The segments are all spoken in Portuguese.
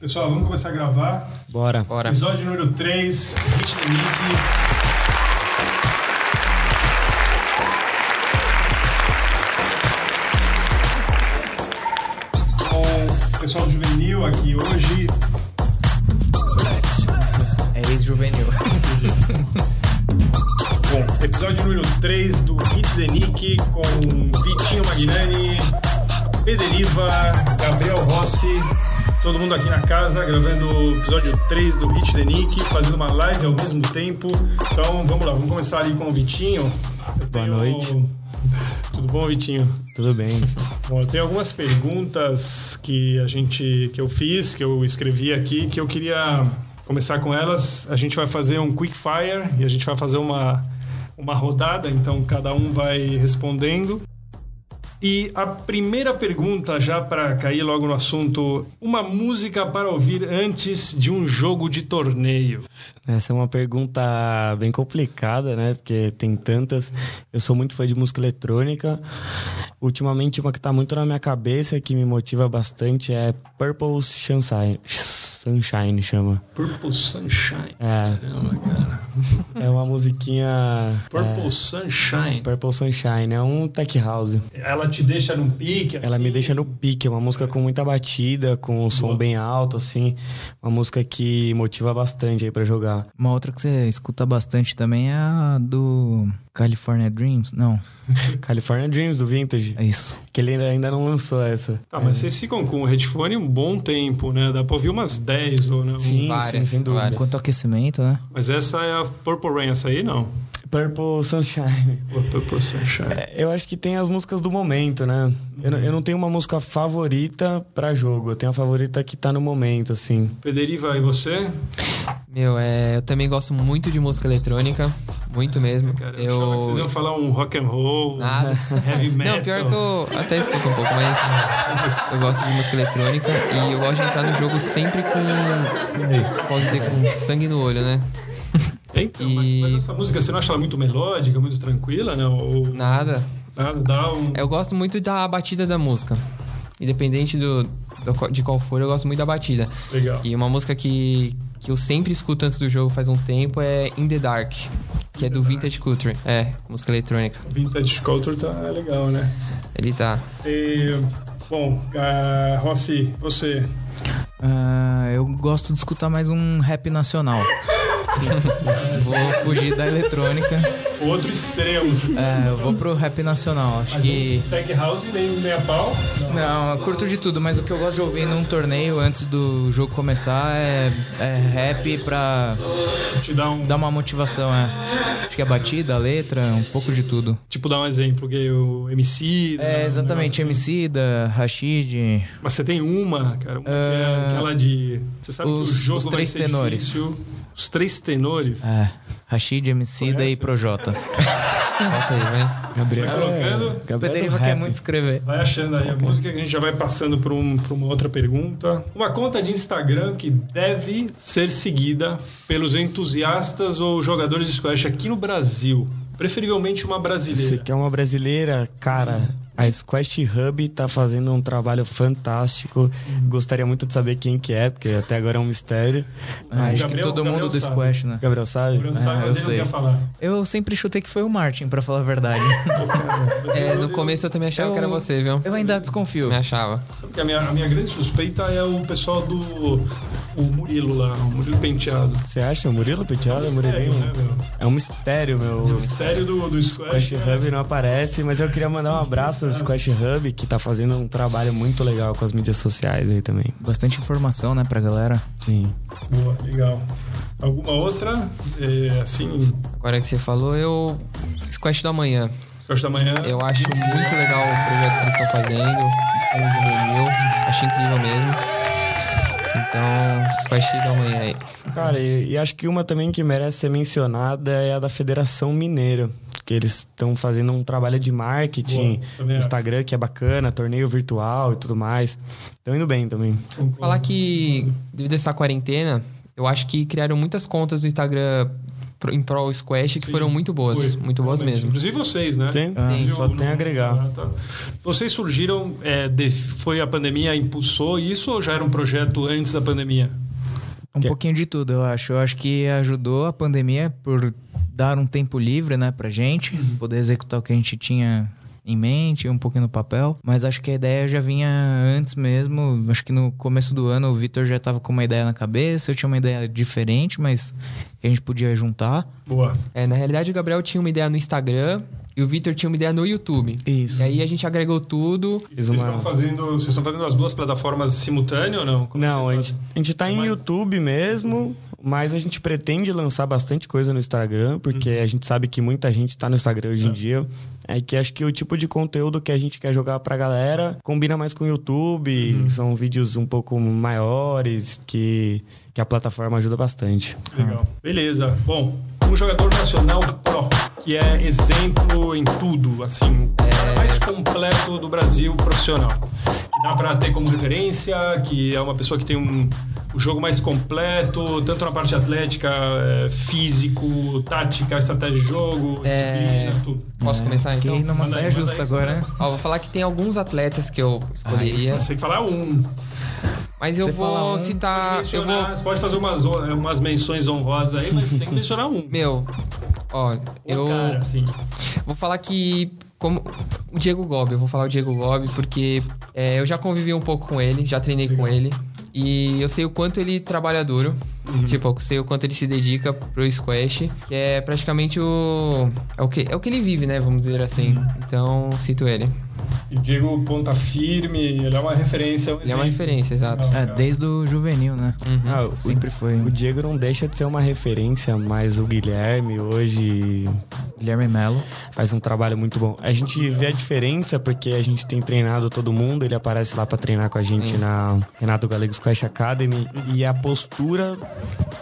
Pessoal, vamos começar a gravar. Bora. Bora. Episódio número 3, Hit the Nick. Com o pessoal do juvenil aqui hoje. É ex-juvenil. Bom, episódio número 3 do Hit the Nick com Vitinho Magnani, Pederiva, Gabriel Rossi. Todo mundo aqui na casa gravando o episódio 3 do Hit the Nick, fazendo uma live ao mesmo tempo. Então vamos lá, vamos começar ali com o Vitinho. Eu Boa noite. Tudo bom, Vitinho? Tudo bem. Bom, tem algumas perguntas que a gente que eu fiz, que eu escrevi aqui, que eu queria começar com elas. A gente vai fazer um quick fire e a gente vai fazer uma uma rodada, então cada um vai respondendo. E a primeira pergunta já para cair logo no assunto, uma música para ouvir antes de um jogo de torneio. Essa é uma pergunta bem complicada, né? Porque tem tantas. Eu sou muito fã de música eletrônica. Ultimamente, uma que tá muito na minha cabeça, que me motiva bastante, é Purple Sunshine. Sunshine chama. Purple Sunshine. É, Caramba, cara. é uma musiquinha. Purple Sunshine. é, Purple Sunshine, é um tech house. Ela te deixa num pique Ela me assim? deixa no pique, é uma música com muita batida, com um som bem alto, assim. Uma música que motiva bastante aí pra jogar. Uma outra que você escuta bastante também é a do California Dreams. Não, California Dreams, do Vintage. é isso. Que ele ainda não lançou essa. Tá, É. mas vocês ficam com o headphone um bom tempo, né? Dá pra ouvir umas 10 ou não. Sim, várias, sim, sem dúvida. Quanto ao aquecimento, né? Mas essa é a Purple Rain, essa aí não. Purple Sunshine. Ou a Purple Sunshine. É, Eu acho que tem as músicas do momento, né? Eu, não- eu não tenho uma música favorita pra jogo. Eu tenho a favorita que tá no momento, assim. Federiva, e você? Meu, é, eu também gosto muito de música eletrônica, muito mesmo. Cara, eu, achava que vocês iam eu falar um rock and roll, nada. heavy metal. Não, pior que eu até escuto um pouco, mas eu gosto de música eletrônica e eu gosto de entrar no jogo sempre com pode ser com sangue no olho, né? Então, mas- E- mas, essa música, você não acha ela muito melódica, muito tranquila, não? Ou Nada. nada, dá um... Eu gosto muito da batida da música. Independente do, do qual- de qual for, eu gosto muito da batida. Legal. E uma música que, que eu sempre escuto antes do jogo faz um tempo é In the Dark, que é do Vintage Culture. É, música eletrônica. Vintage Culture tá legal, né? Ele tá. E, bom, a Rossi, você... Ah, eu gosto de escutar mais um rap nacional. vou fugir da eletrônica. o Outro extremo. É, eu vou pro rap nacional. Acho Mas que. um Tech House nem meia pau. Não, eu curto de tudo, mas o que eu gosto de ouvir num torneio antes do jogo começar é, é rap pra Te dá um... dar uma motivação, é. Acho que a batida, a letra, um pouco de tudo. Tipo, dar um exemplo, que o MC... É, exatamente, MC da Rashid. Mas você tem uma, cara, uma que é Ah, aquela de. Você sabe que os- o jogo os vai três ser tenores. difícil. Os três tenores. É, Rashid, MC da e Conhece? Projota. Volta aí, vai. Gabriel. Vai colocando. O Gabriel é do Pederiva rap. quer muito escrever. Vai achando aí a música que a gente já vai passando por, um- por uma outra pergunta. Uma conta de Instagram que deve ser seguida pelos entusiastas ou jogadores de squash aqui no Brasil. Preferivelmente uma Você brasileira. quer é uma brasileira? Cara, a Squash Hub tá fazendo um trabalho fantástico. Gostaria muito de saber quem que é, porque até agora é um mistério. Mas Ah, Acho que Gabriel- todo Gabriel mundo do sabe. Squash, né? Gabriel sabe? Bruno sabe, Ah, mas eu ele não sei. quer falar. Eu sempre chutei que foi o Martin, pra falar a verdade. Mas É, eu- no eu- começo eu também achava que era você, viu? Eu ainda desconfio. Me achava. Sabe que a minha, a minha grande suspeita é o pessoal do. O Murilo lá, o Murilo Penteado. Você acha? Murilo Pichara? Mistério, Murilinho? né, meu? É um mistério, meu. Mistério do, do squash. é Squash Hub não aparece, mas eu queria mandar um abraço ao Squash Hub, que tá fazendo um trabalho muito legal com as mídias sociais aí também. Bastante informação, né, pra galera. Sim. Boa, legal. Alguma outra? É, assim, Agora que você falou, eu. Squash do Amanhã. Squash da Manhã. Eu acho muito legal o projeto que eles estão fazendo. com O juvenil. Acho incrível mesmo. Então, Squash do Amanhã aí. Cara, e, e acho que uma também que merece ser mencionada é a da Federação Mineira. Que eles estão fazendo um trabalho de marketing, Boa, também no Instagram, que é bacana, torneio virtual e tudo mais. Estão indo bem também. Concordo. Falar que, devido a essa quarentena, eu acho que criaram muitas contas no Instagram pro- em Pro Squash que foram muito boas. Foi, muito boas realmente. mesmo. Inclusive vocês, né? Sim, Ah, sim. eu só não- tem a agregar. Ah, tá. Vocês surgiram, é, de- foi a pandemia impulsou isso ou já era um projeto antes da pandemia? Um é Que- pouquinho de tudo, eu acho. Eu acho que ajudou a pandemia por dar um tempo livre, né, pra gente, Uhum. poder executar o que a gente tinha em mente, um pouquinho no papel. Mas acho que a ideia já vinha antes mesmo. Acho que no começo do ano o Vitor já tava com uma ideia na cabeça, eu tinha uma ideia diferente, mas que a gente podia juntar. Boa. É, na realidade, o Gabriel tinha uma ideia no Instagram e o Vitor tinha uma ideia no YouTube. Isso. E aí a gente agregou tudo. Fiz Vocês uma- estão fazendo, vocês estão fazendo as duas plataformas simultâneo ou não? Como Não, a vocês gente, fazem? a gente tá em Mas- YouTube mesmo, mas a gente pretende lançar bastante coisa no Instagram, porque Uhum. a gente sabe que muita gente tá no Instagram hoje em dia. É que acho que o tipo de conteúdo que a gente quer jogar pra galera combina mais com o YouTube, Uhum. são vídeos um pouco maiores, que, que a plataforma ajuda bastante. Legal. Beleza. Bom, um jogador nacional pro, que é exemplo em tudo, assim, o É. cara mais completo do Brasil profissional. Que dá pra ter como referência, que é uma pessoa que tem um, o jogo mais completo, tanto na parte atlética, eh, físico, tática, estratégia de jogo, É. disciplina, tudo. Posso começar então? Fiquei numa Manda saia aí, manda justa aí. agora, né? Ó, vou falar que tem alguns atletas que eu escolheria. Você tem que falar um. mas eu Você fala vou um, citar. Pode Tá, Eu mencionar, vou. Você pode fazer umas, hon- umas menções honrosas aí, mas tem que mencionar um. Meu, olha, Um eu. cara, assim. Vou falar que. Como, o Diego Gobi, eu vou falar o Diego Gobi porque é, eu já convivi um pouco com ele, já treinei com ele. E eu sei o quanto ele trabalha duro. Tipo, eu sei o quanto ele se dedica pro Squash, que é praticamente o. É o que, é o que ele vive, né? Vamos dizer assim. Então, cito ele. E Diego ponta firme, ele é uma referência. um Ele é uma exemplo. referência, exato. Legal. É, desde o juvenil, né? Uhum. Uhum. Ah, o- Sempre foi. o O Diego não deixa de ser uma referência, mas o Guilherme hoje Guilherme Melo. faz um trabalho muito bom. A gente vê a diferença porque a gente tem treinado todo mundo, ele aparece lá pra treinar com a gente na Renato Galegos Quest Academy e a postura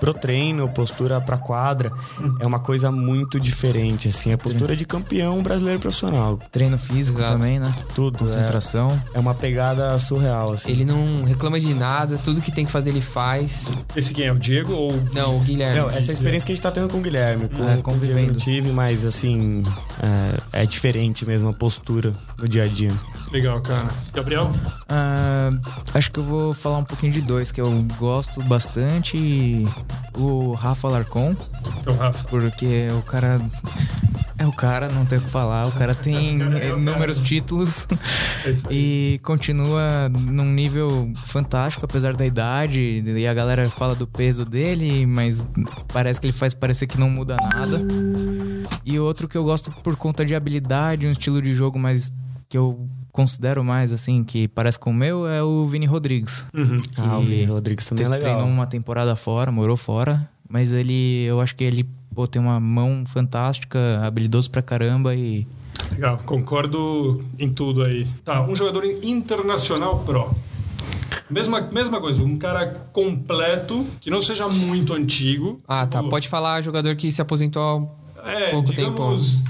pro treino, postura pra quadra é uma coisa muito diferente assim, é a postura de campeão brasileiro profissional. Treino físico Exato. também, né? Tudo, é, Concentração. é uma pegada surreal assim. Ele não reclama de nada, tudo que tem que fazer ele faz. Esse quem é? O Diego ou. Não, o Guilherme. Não, essa é a experiência que a gente tá tendo com o Guilherme, com, É, com o Diego eu não convivendo. tive, mas assim, é, é diferente mesmo a postura no dia a dia. Legal, cara. Gabriel? Ah, acho que eu vou falar um pouquinho de dois que eu gosto bastante. O Rafa Larcon, Então, Rafa. porque o cara. É o cara, não tem o que falar. O cara tem O cara é o cara. inúmeros títulos É isso aí. e continua num nível fantástico, apesar da idade. E a galera fala do peso dele, mas parece que ele faz parecer que não muda nada. E outro que eu gosto por conta de habilidade, um estilo de jogo mais que eu considero mais assim, que parece com o meu, é o Vini Rodrigues. Uhum. Que Ah, o Vini Rodrigues também é tre- legal. Treinou uma temporada fora, morou fora, mas ele, eu acho que ele pô, tem uma mão fantástica, habilidoso pra caramba e Legal, concordo em tudo aí. Tá, um jogador internacional pro. Mesma, mesma coisa, um cara completo, que não seja muito antigo. Ah, tá. Tipo, Pode falar jogador que se aposentou. É, pouco digamos,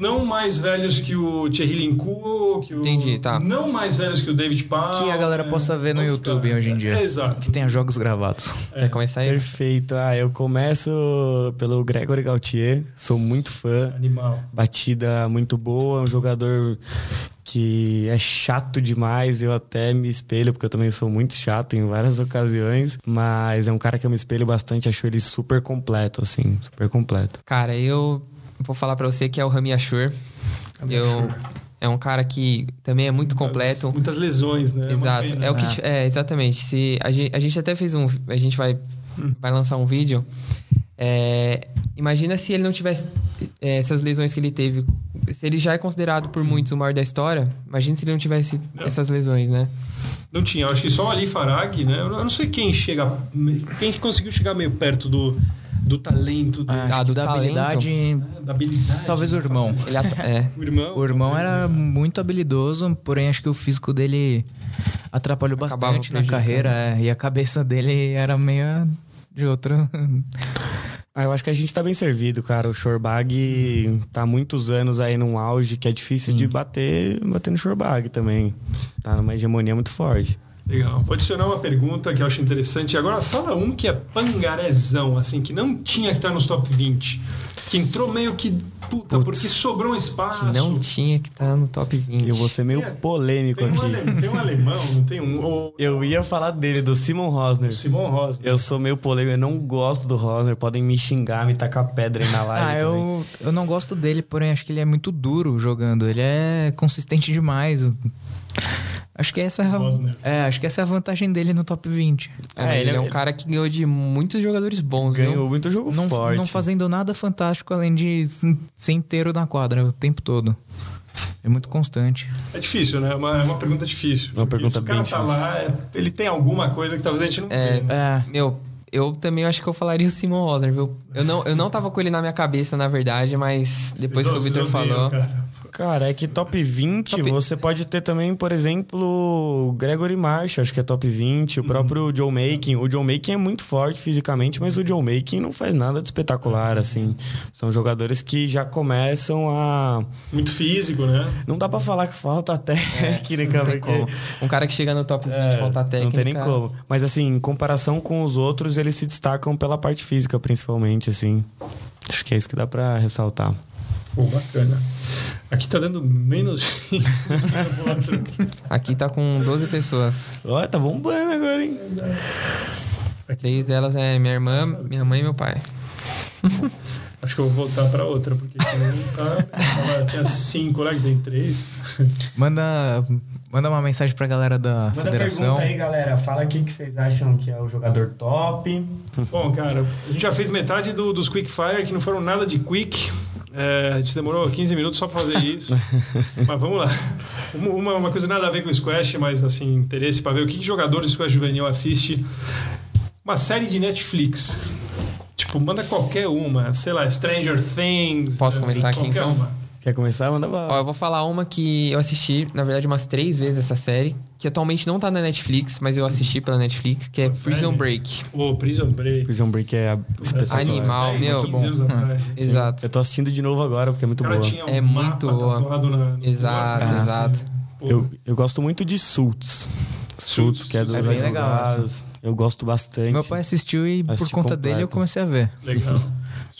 Não mais velhos que o Thierry Lincoln, que o. Entendi, tá. Não mais velhos que o David Palmer. que a galera possa ver no Não YouTube ficar- hoje em dia. É, exato. Que tenha jogos gravados. Quer começar né? aí? Perfeito. Ah, eu começo pelo Gregory Gaultier. Sou muito fã. Animal. Batida muito boa, um jogador que é chato demais. Eu até me espelho, porque eu também sou muito chato em várias ocasiões. Mas é um cara que eu me espelho bastante. Acho ele super completo, assim, super completo. Cara, eu vou falar pra você que é o Rami Ashur. Eu é um cara que também é muito completo. Muitas lesões, né? É uma Exato. pena. É o que Ah. é exatamente. Se a gente, a gente até fez um, a gente vai vai lançar um vídeo. É, imagina se ele não tivesse é, essas lesões que ele teve. Se ele já é considerado por muitos o maior da história, imagina se ele não tivesse essas lesões, né? Não tinha, acho que só o Ali Farag, né? Eu não eu não sei quem chega. Quem conseguiu chegar meio perto do, do talento, do- Ah, Acho que do da talento? habilidade, da habilidade. talvez o irmão. Ele at- é. O irmão. O irmão era muito habilidoso, porém acho que o físico dele atrapalhou Acabava bastante na prejudicando. carreira. é, e a cabeça dele era meio de outro. Ah, eu acho que a gente tá bem servido, cara. O Shorbag tá há muitos anos aí num Hum. auge que é difícil de bater, bater no Shorbag também. Tá numa hegemonia muito forte. Legal. Vou adicionar uma pergunta que eu acho interessante. Agora fala um que é pangarezão, assim, que não tinha que estar nos top 20. Que entrou meio que puta, Putz. porque sobrou um espaço. Que não tinha que estar no top 20. Eu vou ser meio Tem- polêmico tem, um aqui. alemão, tem um alemão, não tem um. Ou Eu ia falar dele, do Simon Rosner. Simon Rosner. Eu sou meio polêmico, eu não gosto do Rosner. Podem me xingar, me tacar pedra aí na live. Ah, também. eu, eu não gosto dele, porém acho que ele é muito duro jogando. Ele é consistente demais. Acho que essa é Bosner. a, é, acho que essa é a vantagem dele no top 20. É, É, ele, ele- é um cara que ganhou de muitos jogadores bons, viu? Ganhou muito jogo Não, forte. não fazendo nada fantástico além de s- ser inteiro na quadra o tempo todo. É muito constante. É difícil, né? É uma, é uma pergunta difícil. Uma Porque pergunta se o cara bem tá lá, é- ele tem alguma coisa que talvez a gente não É, tenha. né? É, Meu, eu também acho que eu falaria o Simon Rosner, viu? Eu não, eu não tava com ele na minha cabeça, na verdade, mas depois que o Vocês Victor odeiam, falou. cara. Cara, é que top 20 Top- você pode ter também, por exemplo, o Gregory Marsh, acho que é top 20, o Uhum. próprio Joe Making. O Joe Making é muito forte fisicamente, mas o Joe Making não faz nada de Uhum. espetacular, assim. São jogadores que já começam a. Muito físico, né? Não dá pra falar que falta É, técnica, Não tem porque. como. Um cara que chega no top 20 É, falta técnica. Não tem nem como. Mas assim, em comparação com os outros, eles se destacam pela parte física, principalmente, assim. Acho que é isso que dá pra ressaltar. Pô, bacana. Aqui tá dando menos. Aqui tá com 12 pessoas. Ó, tá bombando agora, hein? Três delas é minha irmã, minha mãe e meu pai. Acho que eu vou voltar pra outra, porque senão tá. Tava, tinha cinco lá que tem três. manda, manda uma mensagem pra galera da Manda federação. pergunta aí, galera. Fala o que, que vocês acham que é o jogador top. Bom, cara, a gente já fez metade do- dos Quick Fire, que não foram nada de Quick. É, a gente demorou 15 minutos só pra fazer isso. mas vamos lá. Uma- Uma, uma coisa nada a ver com o Squash, mas assim, interesse pra ver o que, que jogador de Squash Juvenil assiste. Uma série de Netflix. Tipo, manda qualquer uma. Sei lá, Stranger Things. Posso eh, começar aqui, qualquer então? uma. Quer começar? Manda Ó, bala. eu vou falar uma que eu assisti, na verdade, umas três vezes essa série, que atualmente não tá na Netflix, mas eu assisti pela Netflix, que é Prison Break. Ô, Prison Break. Prison Break é espetacular. Animal, meu. Hum, 15 anos atrás. Exato. Eu tô assistindo de novo agora, porque é muito O cara boa. tinha um É mapa muito boa. tatuado na- no Exato, corpo, assim. exato. Pô, Eu, eu gosto muito de Suits. Suits, que é dos é bem legal advogados. Eu gosto bastante. Meu pai assistiu e por Assisti conta dele eu completo. comecei a ver. Legal. Uhum.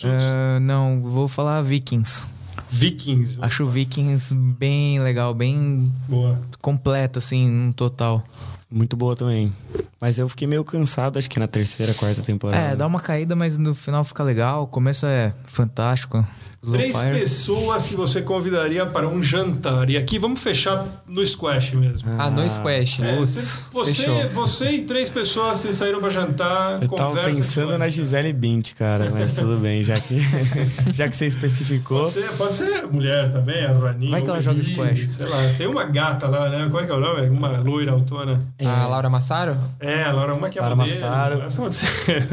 Ah, não, vou falar Vikings. Vikings. Acho Vikings bem legal, bem Boa. completo, assim, no total. Muito boa também. Mas eu fiquei meio cansado, acho que na terceira, quarta temporada. É, dá uma caída, mas no final fica legal. O começo é fantástico. Slow Três Fire. pessoas que você convidaria para um jantar. E aqui vamos fechar no squash mesmo. Ah, no Squash. É, Putz, cê- você, fechou. você e três pessoas se saíram para jantar, conversa. Eu tipo, tava pensando na Gisele Bint, cara, mas tudo bem, já que, já que você especificou. Pode ser, pode ser mulher também, a Raninha. Vai que ela ou joga Lili, squash. Sei lá, tem uma gata lá, né? Qual é que é o nome? Uma loira autona. A Laura Massaro? É, a Laura, uma que é Laura modelo. Massaro. Essa pode ser.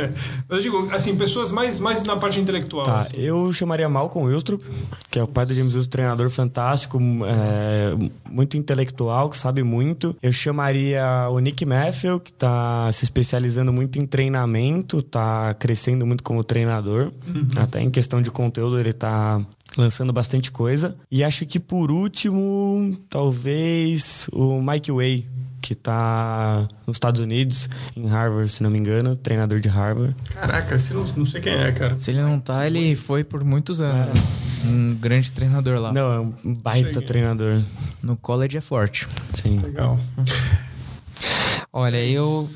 Mas eu digo, assim, pessoas mais, mais na parte intelectual. Tá, assim. eu chamaria Malcolm Wilstrup, que é o pai do James Wilstrup, treinador fantástico, m- é, muito intelectual, que sabe muito. Eu chamaria o Nick Matthew, que tá se especializando muito em treinamento, tá crescendo muito como treinador. Até em questão de conteúdo, ele tá lançando bastante coisa. E acho que por último, talvez o Mike Way. Que tá nos Estados Unidos, em Harvard, se não me engano, treinador de Harvard. Caraca, esse não, não sei quem é, cara. Se ele não tá, ele foi por muitos anos. né? Um grande treinador lá. Não, é um baita Cheguei. treinador. No college é forte. Sim. Legal. Olha, eu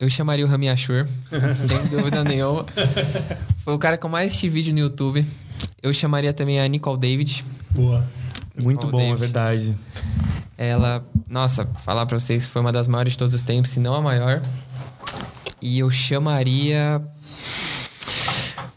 eu chamaria o Rami Ashur, sem dúvida nenhuma. Foi o cara que eu mais assisti vídeo no YouTube. Eu chamaria também a Nicole David. Boa. Muito Paul bom, é Davis. verdade. Ela, nossa, falar pra vocês que foi uma das maiores de todos os tempos, se não a maior. E eu chamaria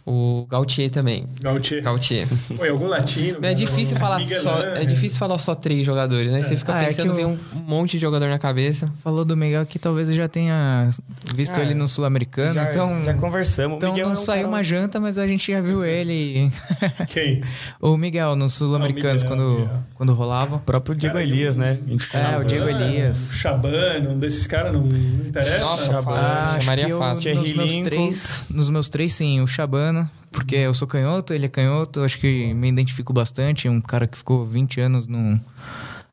o Gautier também. Gautier. Gautier. Oi, algum latino? né? É cara, difícil algum falar Miguel só, é Angel. difícil falar só três jogadores, né? Você fica Ah, é que pensando, eu- vem um monte de jogador na cabeça. Falou do Miguel que talvez eu já tenha visto Ah, ele no Sul-Americano. já, Então, já conversamos. O então Miguel não é um saiu cara- uma janta, mas a gente já viu ele. Quem? o Miguel no Sul-Americanos, Não, o quando, é Miguel, um Miguel. quando rolava. O próprio Diego Cara, eu- Elias, né? A gente É, o conversou. Diego Elias. Ah, O Chabano, um desses caras não, não interessa. Nossa, fácil. Ah, chamaria acho que eu, fácil. Thierry nos, meus Lincoln. três, nos meus três, sim, o Chabana, porque eu sou é canhoto, ele é canhoto, acho que me identifico bastante, um cara que ficou 20 anos num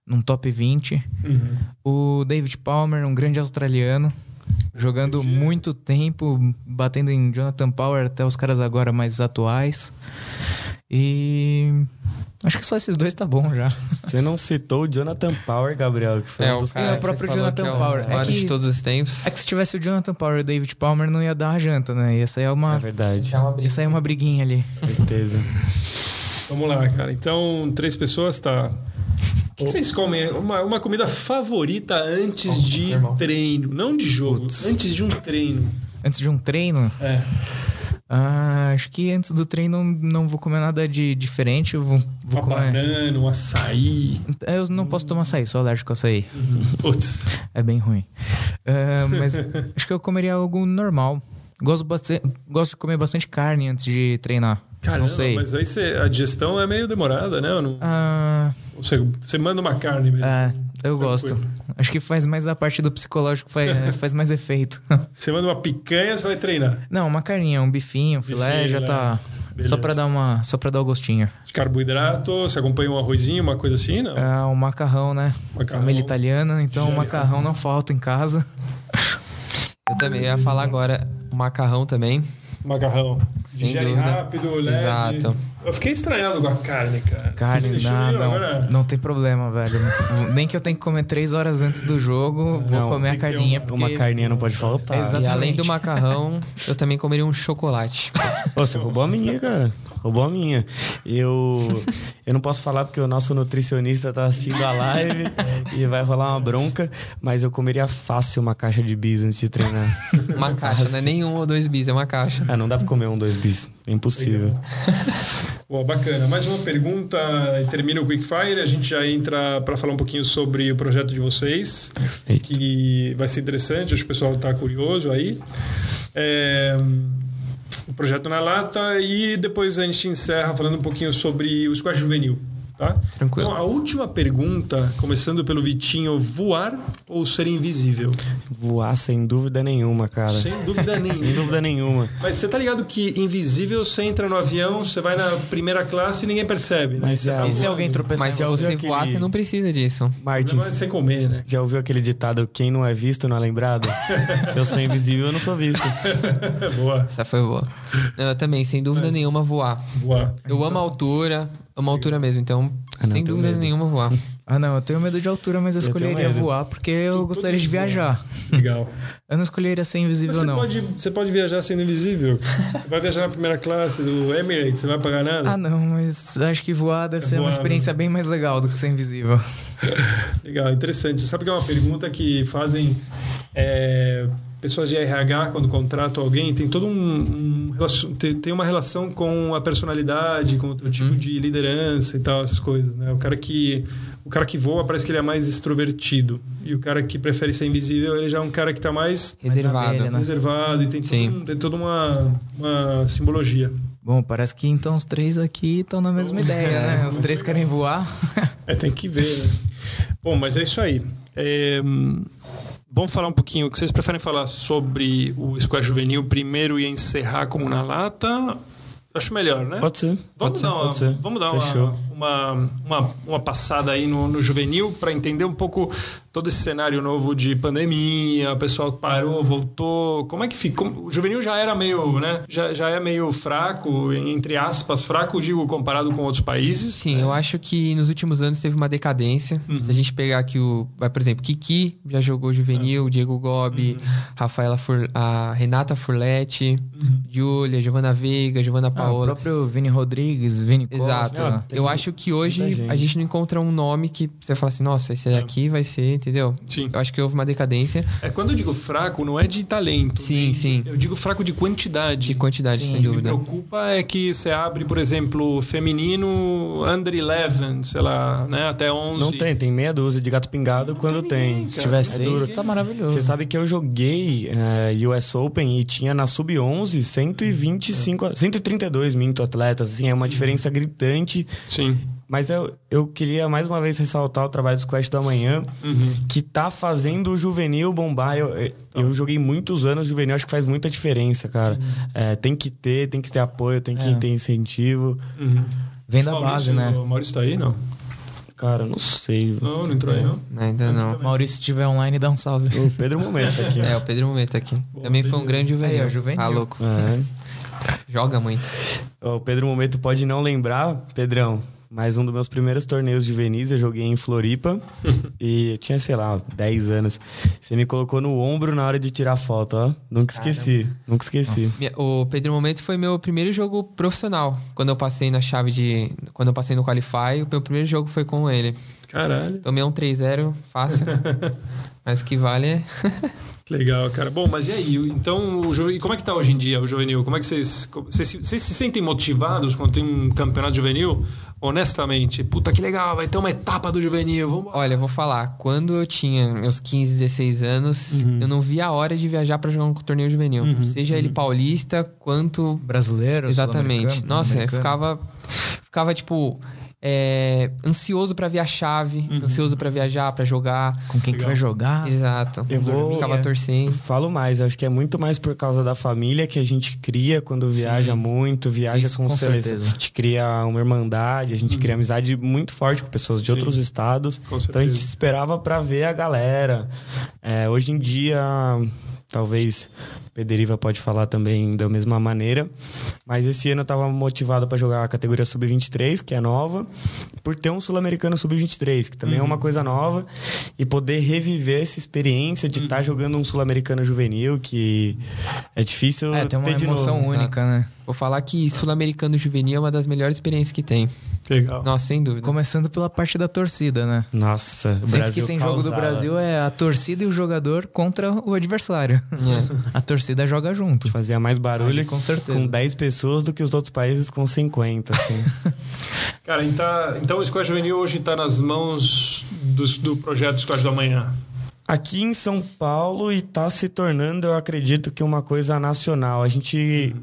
num top 20. Uhum. O David Palmer, um grande australiano, jogando muito tempo, batendo em Jonathan Power até os caras agora mais atuais. E acho que só esses dois tá bom já. Você não citou o Jonathan Power, Gabriel, que foi É, um o dos cara É, o que próprio você falou Jonathan que é um Power. dos É maiores que- de todos os tempos. É que se tivesse o Jonathan Power e o David Palmer não ia dar a janta, né? Ia sair É uma, verdade, Então. ia sair uma briguinha ali. certeza. Vamos lá, cara. Então, três pessoas, tá. O que vocês comem? Uma, uma comida favorita antes de irmão. treino, não de jogo, antes de um treino. Antes de um treino, É. ah, acho que antes do treino não vou comer nada de diferente. Eu vou, Uma vou comer. Então, banana, um açaí. Eu não posso tomar açaí, sou alérgico a açaí. Putz. É bem ruim. Ah, mas acho que eu comeria algo normal. Gosto, bastante, gosto de comer bastante carne antes de treinar. Caramba, não sei. mas aí você- a digestão é meio demorada, né? Ou não- Ah, você, você manda uma carne mesmo. é, eu Tranquilo. gosto. Acho que faz mais a parte do psicológico, faz, faz mais efeito. Você manda uma picanha, você vai treinar. Não, uma carninha, um bifinho, um filé, Bifinho, já né? tá. Beleza. Só pra dar uma, só para dar o gostinho. De carboidrato, você acompanha um arrozinho, uma coisa assim, não? Ah, o macarrão, né? Macarrão. Família italiana, então Já o é. macarrão não falta em casa. Eu também ia falar agora macarrão também. Macarrão. Sem Digere dúvida. rápido, leve. Exato. Eu fiquei estranhado com a carne, cara. Você me Carne, deixou não, meio não, agora- não tem problema, velho. Nem que eu tenha que comer três horas antes do jogo, vou Não, comer a tem que ter carninha. uma- porque... Uma carninha não pode faltar. Exatamente. E além do macarrão, eu também comeria um chocolate. Pô, você roubou a minha, cara. Roubou a minha. Eu, eu não posso falar porque o nosso nutricionista tá assistindo a live e vai rolar uma bronca, mas eu comeria fácil uma caixa de bis antes de treinar. Uma caixa, não é nem um ou dois bis, é uma caixa. Ah, não dá pra comer um, dois bis. É impossível. Boa, bacana. Mais uma pergunta e termina o Quickfire. A gente já entra para falar um pouquinho sobre o projeto de vocês, Perfeito. que vai ser interessante, acho que o pessoal está curioso aí. É, o projeto na lata e depois a gente encerra falando um pouquinho sobre o squash juvenil. Tá? Tranquilo. Então, a última pergunta, começando pelo Vitinho, voar ou ser invisível? Voar sem dúvida nenhuma, cara. Sem Sem dúvida nenhuma. dúvida nenhuma. Mas você tá ligado que invisível, você entra no avião, você vai na primeira classe e ninguém percebe, né? Mas Você é tá a- E se voando. alguém tropeçar Mas se em você? você aquele- voar, você não precisa disso. O Martins, problema é você comer, né? já ouviu aquele ditado, quem não é visto não é lembrado? Se eu sou invisível, eu não sou visto. É Boa, Essa foi boa. Não, eu também, sem dúvida nenhuma, voar. boa. Eu amo a altura, amo a altura mesmo, então, Ah, não, sem eu tenho dúvida medo. nenhuma, voar. Ah, não, eu tenho medo de altura, mas eu, Eu tenho escolheria medo. voar porque eu gostaria de viajar. Legal. Eu não escolheria ser Mas invisível, né? você não. pode, você pode viajar sendo invisível. Você vai viajar na primeira classe do Emirates, você não vai pagar nada. Ah, não, mas acho que voar deve ser Voar, uma né? experiência bem mais legal do que ser invisível. Legal, interessante. Sabe que é uma pergunta que fazem é, pessoas de RH quando contratam alguém? Tem todo um, um relacion- tem, tem uma relação com a personalidade, com o teu tipo de liderança e tal, essas coisas, né? O cara que o cara que voa parece que ele é mais extrovertido e o cara que prefere ser invisível ele já é um cara que está mais Reservado. abelha, né? reservado e tem, todo É, Sim. um- tem toda uma, uma simbologia. Bom, parece que então os três aqui estão na mesma ideia, né? Os três querem voar. É, tem que ver, né? Bom, mas é isso aí. É, hum, vamos falar um pouquinho. O que vocês preferem falar sobre o Squash Juvenil primeiro e encerrar como na lata? Acho melhor, né? Pode ser, Vamos pode ser, dar, uma, pode ser. vamos dar Fechou. uma, uma, uma, uma passada aí no, no juvenil para entender um pouco todo esse cenário novo de pandemia, o pessoal parou, voltou. Como é que ficou? O juvenil já era meio, né? Já, já é meio fraco, entre aspas, fraco, digo, comparado com outros países. Sim, É. eu acho que nos últimos anos teve uma decadência. Uhum. Se a gente pegar aqui o. Vai, por exemplo, Kiki já jogou juvenil, É. Diego Uhum. Gobi, Rafaela Fur- a Renata Furlete, Júlia, Giovanna Veiga, Giovanna Uhum. Ah, o Paola. próprio né? Vini Rodrigues, Vini Exato. Costa. tem eu acho que hoje muita gente. a gente não encontra um nome que você fala assim, nossa, esse É. daqui vai ser, entendeu? Sim. Eu acho que houve uma decadência É quando eu digo fraco, não é de talento. Sim, né? sim. Eu digo fraco de quantidade. de quantidade, O sem que me dúvida. preocupa é que você abre, por exemplo, feminino under 11, sei lá, né, até 11. Não tem, tem meia dúzia de gato pingado quando tem. ninguém, Se cara. tiver Não seis, tem duro. ninguém. Tá maravilhoso. Você sabe que eu joguei eh, US Open e tinha na sub-11 125, a- 132 minto atletas, assim, é uma diferença gritante. Sim. Mas eu, eu queria mais uma vez ressaltar o trabalho do Quest da Manhã, que tá fazendo o juvenil bombar. Eu, eu- eu joguei muitos anos juvenil, acho que faz muita diferença, cara. Eh, tem que ter, tem que ter apoio, tem que ter incentivo. Uhum. Vem da Maurício, base, né? O Maurício tá aí, não? Cara, não sei. velho. Não, não entrou aí, não. Ainda não. Maurício, se tiver online, dá um salve. O Pedro Momento tá aqui. É, o Pedro Momento aqui. Também foi um grande Aí, juvenil. ó, juvenil. Tá louco. É. Joga muito. Ó, O Pedro Momento pode não lembrar, Pedrão, mas um dos meus primeiros torneios juvenis eu joguei em Floripa e eu tinha, sei lá, 10 anos. Você me colocou no ombro na hora de tirar foto, ó. Nunca esqueci, nunca esqueci. Minha- O Pedro Momento foi meu primeiro jogo profissional. Quando eu passei na chave de. Quando eu passei no Qualify, o meu primeiro jogo foi com ele. Caralho, Tomei um 3-0, fácil. Mas o que vale é. que legal, cara. Bom, mas e aí? o- Então, o ju- e como é que tá hoje em dia o juvenil? Como é que vocês. co- Vocês, se- vocês se sentem motivados quando tem um campeonato juvenil? Honestamente, puta que legal, vai ter uma etapa do juvenil, vamos Olha, eu vou falar. Quando eu tinha meus 15, 16 anos, Uhum. eu não via a hora de viajar pra jogar um torneio juvenil. Seja ele paulista, quanto Brasileiro, Exatamente. sul-americano, Nossa, eu americano. ficava, ficava tipo, é, ansioso pra ver a chave, Uhum. ansioso pra viajar, pra jogar. Com quem que vai jogar? Exato. Ah. Eu vou- Ficava é. Eu torcendo. Falo mais, eu acho que é muito mais por causa da família que a gente cria quando viaja muito, viaja Isso, com, com seleção. certeza. A gente cria uma irmandade, a gente cria amizade muito forte com pessoas de Sim. outros estados. Com então a gente certeza. esperava pra ver a galera. É, hoje em dia, talvez Pederiva pode falar também da mesma maneira, mas esse ano eu tava motivado pra jogar a categoria sub-23, que é nova, por ter um sul-americano sub-23, que também é uma coisa nova, e poder reviver essa experiência de estar jogando um sul-americano juvenil, que é difícil É, tem uma ter de emoção novo. única, né? Vou falar que sul-americano juvenil é uma das melhores experiências que tem. Legal. Nossa, sem dúvida. Começando pela parte da torcida, né? Nossa, o Sempre Brasil que tem jogo do causava. Brasil é a torcida e o jogador contra o adversário. É. A torcida joga junto. Fazia mais barulho Ali, com certeza. com 10 pessoas do que os outros países com 50, assim. Cara, então, então o Squad Juvenil hoje está nas mãos dos- do, projeto Squad do Amanhã. aqui em São Paulo e está se tornando, eu acredito, que uma coisa nacional. A gente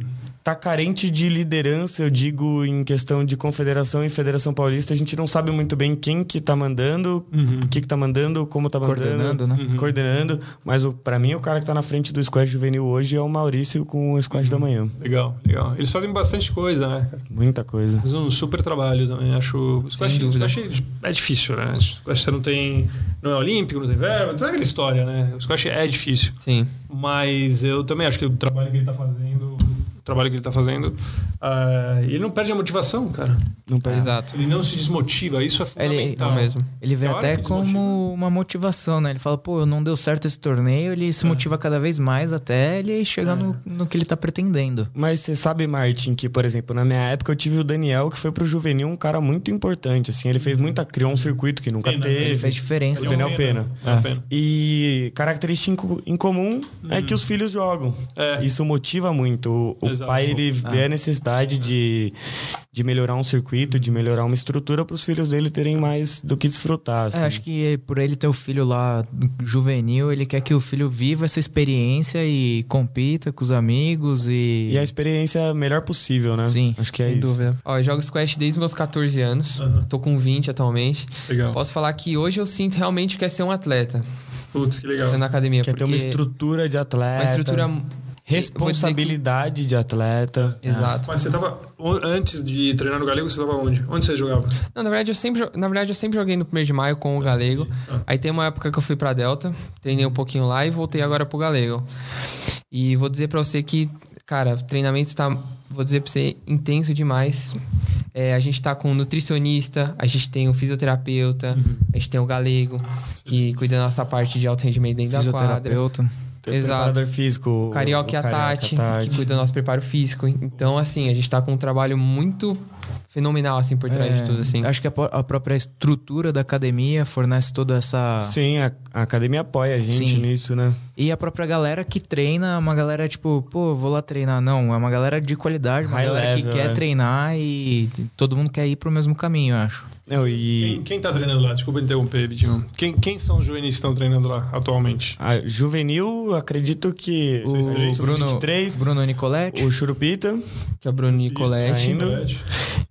tá carente de liderança, eu digo, em questão de confederação e federação paulista. A gente não sabe muito bem quem que tá mandando, Uhum. o que que tá mandando, como tá mandando. Coordenando, né? Coordenando. Mas o- pra mim, o cara que tá na frente do squad juvenil hoje é o Maurício com o Uhum. squad da manhã. Legal, legal. Eles fazem bastante coisa, né? cara? Muita coisa. Fazem um super trabalho também, acho. Squash, dúvida. squash é difícil, né? Squash você não tem. Não é olímpico, não tem verba, não tem aquela história, né? O squash é difícil. Sim. Mas eu também acho que o trabalho que ele tá fazendo. O trabalho que ele tá fazendo. ah, ele não perde a motivação, cara. Não perde Exato. Ele não se desmotiva, isso é Ele, fundamental. mesmo. ele vê Tem hora até que como desmotiva. uma motivação, né? Ele fala, pô, não deu certo esse torneio, ele se motiva cada vez mais até ele chegar no, no que ele tá pretendendo. Mas você sabe, Martin, que, por exemplo, na minha época eu tive o Daniel, que foi pro Juvenil um cara muito importante, assim. Ele fez muita... Criou um circuito que nunca Pena, né? teve. Ele né? Ele fez diferença. O Daniel Pena. Daniel Pena. E característica inco- em comum é que os filhos jogam. Uhum. É. Isso motiva muito. O, o Exato. pai É. ele vê a necessidade de, de melhorar um circuito, de melhorar uma estrutura para os filhos dele terem mais do que desfrutar. assim. É, acho que por ele ter o filho lá juvenil, ele quer que o filho viva essa experiência e compita com os amigos e. E a experiência melhor possível, né? Sim, Acho que é Sem isso. dúvida. Ó, eu jogo Squash desde meus 14 anos. Tô com 20 atualmente. Legal. Posso falar que hoje eu sinto realmente o que é ser um atleta Putz, que legal. na academia. Quer é ter uma porque estrutura de atleta. uma estrutura. Responsabilidade de atleta. Exato. Mas você tava. o- Antes de treinar no Galego, você tava onde? Onde você jogava? Não, na verdade, eu sempre, jo- na verdade, eu sempre joguei no primeiro de maio com o Galego. Aí tem uma época que eu fui pra Delta, treinei um pouquinho lá e voltei agora pro Galego. E vou dizer pra você que, cara, o treinamento tá, vou dizer pra você, intenso demais. É, a gente tá com um nutricionista, a gente tem um fisioterapeuta, a gente tem o Galego, que cuida da nossa parte de alto rendimento dentro da quadra. Fisioterapeuta. Tem Exato. preparador físico. o- O Carioca o e a Tati, que cuida do nosso preparo físico. Então, assim, a gente tá com um trabalho muito fenomenal, assim, por trás É, de tudo, assim. Acho que a, po- a própria estrutura da academia fornece toda essa. Sim, a, a academia apoia a gente Sim. nisso, né? E a própria galera que treina, uma galera tipo, pô, vou lá treinar. Não, é uma galera de qualidade, uma High galera level, que quer é. treinar e todo mundo quer ir pro mesmo caminho, eu acho. Não, e... Quem, quem tá treinando lá? Desculpa interromper, Vitinho. Quem, quem são os juvenis que estão treinando lá atualmente? A juvenil, acredito que o Vocês três. Bruno Bruno, 23, Bruno Nicoletti. o Churupita Que é o Bruno Nicoletti. ainda.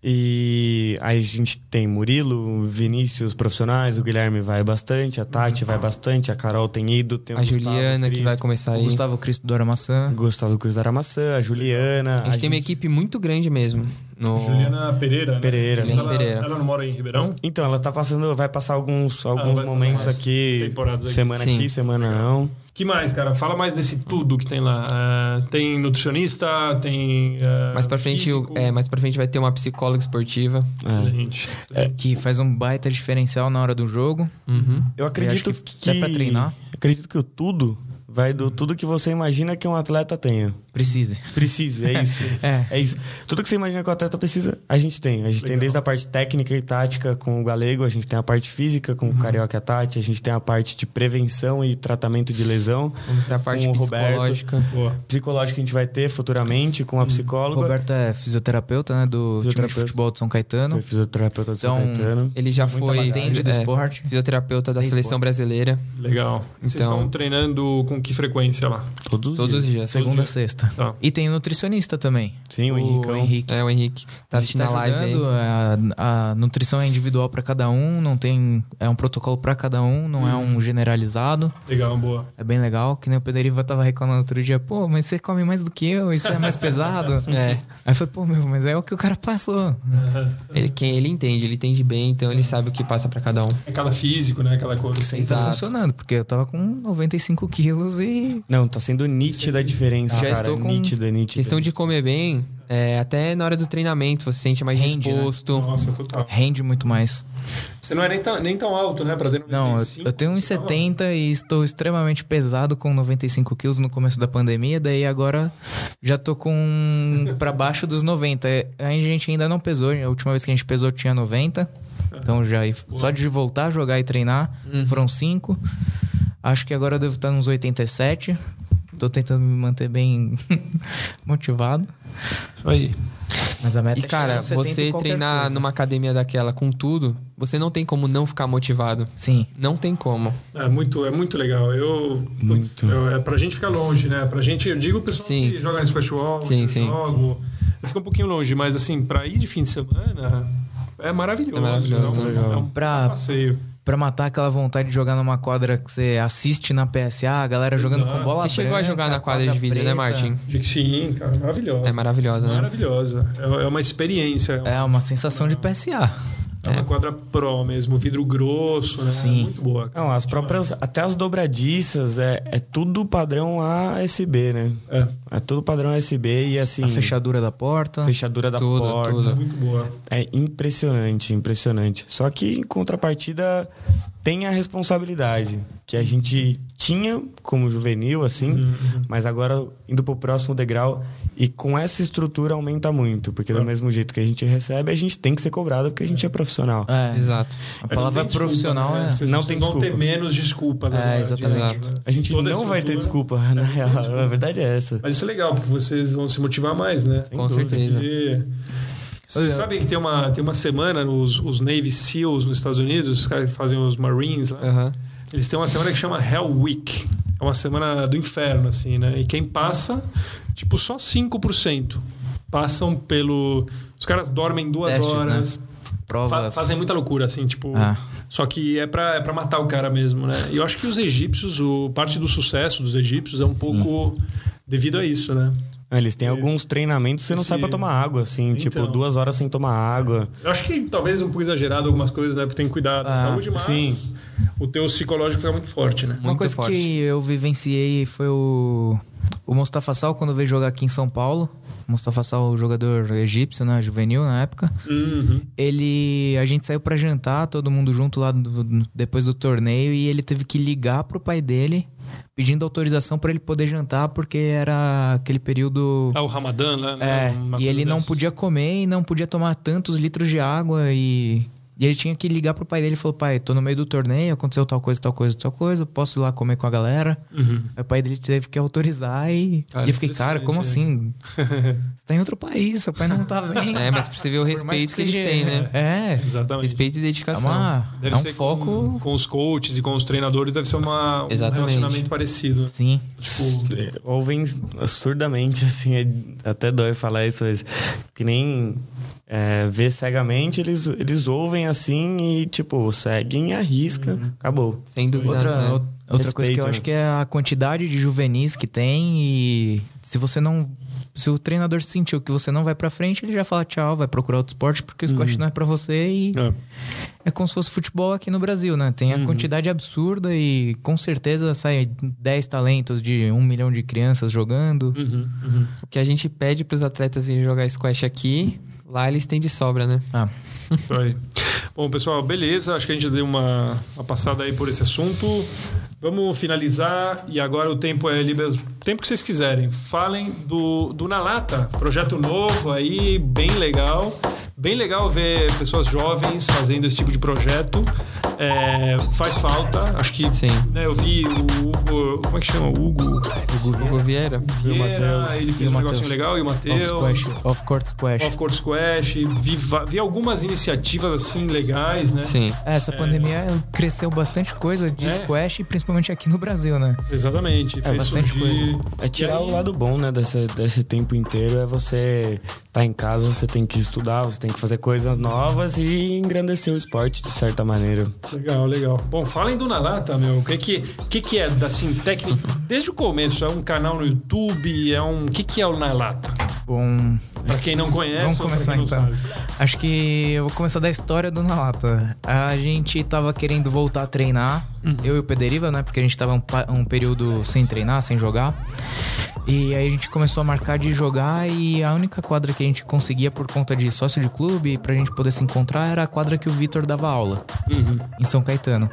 e aí a gente tem Murilo, Vinícius profissionais, o Guilherme vai bastante, a Tati vai bastante, a Carol tem ido, tem o A Gustavo Juliana, que Cristo, vai começar O aí. Gustavo Cristo do Aramaçã. Gustavo Cruz da Maçã, a Juliana, A gente tem uma equipe muito grande mesmo. No... Juliana Pereira, né? Pereira. Mas Ela, Sim, Pereira. ela não mora em Ribeirão? Então, ela tá passando, vai passar alguns, Ah, vai alguns fazer momentos umas aqui, temporadas aqui. semana Sim. aqui, semana não. que mais, cara? Fala mais desse tudo que tem lá. Ah, tem nutricionista, tem. ah, Mais pra, frente, físico. é, mais pra frente vai ter uma psicóloga esportiva. É. Gente, Que faz um baita diferencial na hora do jogo. Uhum. Eu acredito acho que, que dá pra treinar. Acredito que o tudo vai do tudo que você imagina que um atleta tenha. Precise. Precisa, é isso. É. É isso. Tudo que você imagina que o atleta precisa, a gente tem. A gente tem Legal. desde a parte técnica e tática com o Galego, a gente tem a parte física com Uhum. o Carioca e a Tati, a gente tem a parte de prevenção e tratamento de lesão. Vamos ter a parte Com o Roberto. psicológica. boa. Psicológico a gente vai ter futuramente com a O psicóloga. Uhum. Roberto é fisioterapeuta, né? Do time de Fisioterapeuta. futebol de São Caetano. Foi fisioterapeuta do São Então, Caetano. Ele já foi Entende do é, esporte. fisioterapeuta da Tem seleção esporte. brasileira Legal. Vocês Então- estão treinando com que frequência lá? Todos os todos os dias. dias. Segunda a sexta. Tá. E tem nutricionista também. Ah. Sim, o Henricão. Henrique. É, o Henrique tá A gente assistindo a live aí. ajudando, A, a nutrição é individual para cada um, não tem é um protocolo para cada um, não é Hum. um generalizado. Legal, boa. É bem legal, que nem o Pederiva tava reclamando outro dia, pô, mas você come mais do que eu, isso é mais pesado. É, Aí eu falei, pô, meu, mas é o que o cara passou. ele, quem ele entende, ele entende bem, então ele sabe o que passa pra cada um. É Aquela físico, né? Aquela coisa. E Sem tá Exato. funcionando, porque eu tava com 95 quilos e. Não, tá sendo nítida a diferença, Já cara. estou com nítida, nítida. Questão de comer bem, é, até na hora do treinamento você se sente mais Rende, né? disposto. Nossa, total. Rende muito mais. Você não é nem tão, nem tão alto, né? Pra ter um Não, eu, 95, eu tenho uns você tá lá. 70 e estou extremamente pesado com 95 quilos no começo da pandemia, daí agora já tô com pra baixo dos 90. É, A gente ainda não pesou, a última vez que a gente pesou tinha 90. Então já só de voltar a jogar e treinar Uhum. foram 5. Acho que agora eu devo estar nos 87. Tô tentando me manter bem motivado, Aí. mas a meta E é chegar cara, nos 70 e você qualquer treinar coisa. numa academia daquela com tudo, você não tem como não ficar motivado. Sim. Não tem como. É muito, é muito legal. Eu, muito. é pra gente ficar longe, né? Pra gente, eu digo o pessoal Sim. que joga no Splashwall, Sim, eu sim. jogo. Eu fico um pouquinho longe, mas assim, pra ir de fim de semana é maravilhoso. É maravilhoso, né? né? É um, é um Pra- passeio. Pra matar aquela vontade de jogar numa quadra que você assiste na PSA, a galera jogando Exato. com bola Você chegou a branca, jogar na quadra de vídeo, preta. né, Martin? Sim, cara, maravilhosa. É maravilhosa, né? Maravilhosa. É, é uma experiência. É, É uma sensação de PSA. uma- é uma quadra pro mesmo, vidro grosso, né? Sim. Muito boa. cara. Não, as próprias. Até as dobradiças é, é tudo padrão ASB, né? É, É tudo padrão ASB e assim. A fechadura da porta. fechadura da Tudo, porta. tudo. muito boa. É impressionante, impressionante. Só que em contrapartida tem a responsabilidade que a gente tinha como juvenil, assim, Uhum, mas agora indo pro próximo degrau e com essa estrutura aumenta muito, porque É. do mesmo jeito que a gente recebe, a gente tem que ser cobrado porque a gente é profissional. É, Exato. a palavra Não tem profissional desculpa, né? é. Vocês, Não vocês tem vão ter desculpa. menos desculpas É, agora, exatamente. diante, né? A gente Toda não vai ter estrutura- é né? desculpa, na real, a verdade é essa. Mas isso é legal, porque vocês vão se motivar mais, né? Com certeza. Vocês sabem que tem uma, tem uma semana, os, os Navy SEALs nos Estados Unidos, os caras que fazem os Marines lá, Aham. eles têm uma semana que chama Hell Week. É uma semana do inferno, assim, né? E quem passa, tipo, só 5% passam pelo. Os caras dormem duas Testes, né? horas. Fa- Provas. fazem muita loucura, assim, tipo. Ah. Só que é pra, é pra matar o cara mesmo, né? E eu acho que os egípcios, o, parte do sucesso dos egípcios é um pouco devido a isso, né? Eles têm alguns treinamentos que você não Esse- sai pra tomar água, assim, tipo Então. duas horas sem tomar água. Eu acho que talvez um pouco exagerado algumas coisas, né? Porque tem que cuidar da Ah, saúde, mas sim. o teu psicológico fica muito forte, né? Uma Muito coisa forte. que eu vivenciei foi o, o Mustafa Sal quando veio jogar aqui em São Paulo. O Mustafa Sal, jogador egípcio, né? Juvenil na época. Uhum. Ele. A gente saiu pra jantar, todo mundo junto lá do- depois do torneio, e ele teve que ligar pro pai dele pedindo autorização pra ele poder jantar, porque era aquele período. Ah, o Ramadã lá, né? É, Uma e coisa ele não dessa. podia comer e não podia tomar tantos litros de água e. E ele tinha que ligar pro pai dele e falou: pai, tô no meio do torneio, aconteceu tal coisa, tal coisa, tal coisa, posso ir lá comer com a galera? Aí o pai dele teve que autorizar e. Uhum. Cara, né?" e eu fiquei, cara, como assim? Você tá em outro país, seu pai não tá vendo. É, mas pra você ver o Por mais respeito que, eles seja- têm, né? É. Exatamente. Respeito e É, dedicação. uma, é Deve um ser foco. Com, com os coaches e com os treinadores, deve ser uma, um Exatamente. relacionamento parecido. Sim. Tipo, É, ouvem absurdamente, assim, é- até dói falar isso, mas que nem é, ver cegamente, eles, eles ouvem assim e, tipo, seguem a risca, Uhum. acabou. Sem dúvida. Outra, né? ou- outra coisa que Respeito, eu né? acho que é a quantidade de juvenis que tem e se você não se o treinador sentiu que você não vai pra frente, ele já fala tchau, vai procurar outro esporte porque o Uhum. squash não é pra você e é como se fosse futebol aqui no Brasil, né? Tem a Uhum. quantidade absurda e com certeza sai 10 talentos de um milhão de crianças jogando. Uhum. O que a gente pede pros atletas virem jogar squash aqui, lá eles têm de sobra, né? Ah, Isso aí. Bom, pessoal, beleza. Acho que a gente deu uma, uma passada aí por esse assunto. Vamos finalizar e agora o tempo é livre. Tempo que vocês quiserem. Falem do, do Na Lata, projeto novo aí, bem legal. Bem legal ver pessoas jovens fazendo esse tipo de projeto. É, faz falta, acho que Sim. né, eu vi o Hugo. Como é que chama? O Hugo. O Vieira. Vieira, ele E fez o um Matheus. negocinho legal e o off Matheus. squash, off court squash. Off Court Squash, vi, va- vi algumas iniciativas assim legais, né? Sim. É, Essa pandemia cresceu bastante coisa de É. squash, principalmente aqui no Brasil, né? Exatamente. fez bastante surgir... coisa. É tirar E aí- o lado bom, né, desse, desse tempo inteiro, é você tá em casa, você tem que estudar, você tem que fazer coisas novas e engrandecer o esporte de certa maneira. Legal, legal. Bom, falem do Nalata, meu. O que que, o que, que é, assim, técnica? Desde o começo, é um canal no YouTube, é um... O que que é o Nalata? Bom, Pra quem não conhece Vamos ou pra começar quem não então. sabe. Acho que eu vou começar da história do Nalata. A gente tava querendo voltar a treinar, Uhum. eu e o Pederiva, né? Porque a gente tava um, pa- um período sem treinar, sem jogar. E aí a gente começou a marcar de jogar e a única quadra que a gente conseguia por conta de sócio de clube, pra gente poder se encontrar, era a quadra que o Vitor dava aula em São Caetano.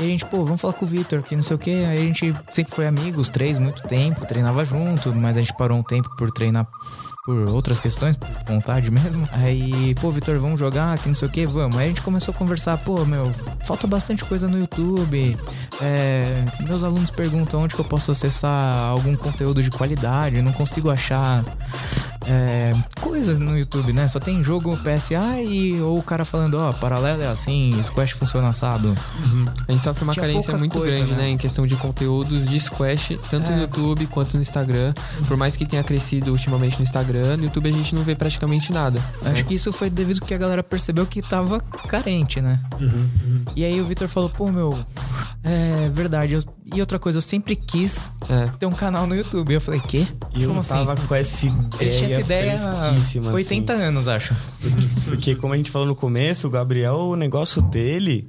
E a gente, pô, vamos falar com o Vitor, que não sei o que. Aí a gente sempre foi amigo, os três, muito tempo, treinava junto, mas a gente parou um tempo por treinar por outras questões, por vontade mesmo. Aí, pô, Vitor, vamos jogar, que não sei o que, vamos. Aí a gente começou a conversar, pô, meu, falta bastante coisa no YouTube. É, meus alunos perguntam onde que eu posso acessar algum conteúdo de qualidade, não consigo achar é, coisas no YouTube, né? Só tem jogo PSA e ou o cara falando, ó, paralelo é assim, Squash funciona assado. A gente sofre uma Tinha carência pouca muito coisa, grande, né? né? Em questão de conteúdos de squash, tanto É. no YouTube quanto no Instagram. Por mais que tenha crescido ultimamente no Instagram, no YouTube a gente não vê praticamente nada. Acho que isso foi devido que a galera percebeu que tava carente, né? E aí o Vitor falou, pô, meu, é verdade. eu- E outra coisa, eu sempre quis É. ter um canal no YouTube. Eu falei, quê? E eu Como assim? tava assim. com essa ideia. Ele tinha essa ideia há fresquíssima, 80 anos, acho. assim. Porque, como a gente falou no começo, o Gabriel, o negócio dele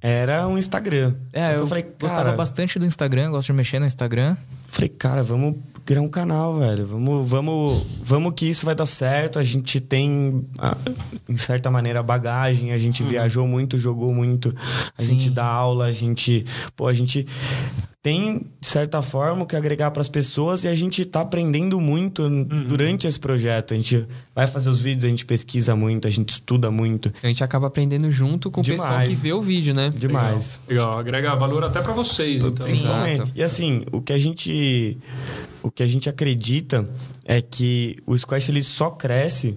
era um Instagram. Só que É, eu, falei, gostava cara, bastante do Instagram, gosto de mexer no Instagram. Falei, cara, vamos criar um canal, velho. Vamos, vamos, vamos que isso vai dar certo. A gente tem, ah, em certa maneira, bagagem. A gente viajou muito, jogou muito. A Uhum. Sim. gente dá aula, a gente, pô, a gente tem de certa forma o que agregar para as pessoas e a gente tá aprendendo muito n- Uhum. durante esse projeto. A gente vai fazer os vídeos, a gente pesquisa muito, a gente estuda muito. A gente acaba aprendendo junto com o pessoal Demais. que vê o vídeo, né? Demais. Legal, agrega valor até pra vocês, então. Sim. né? Principalmente. Exato. E assim, o que a gente o que a gente acredita é que o squash ele só cresce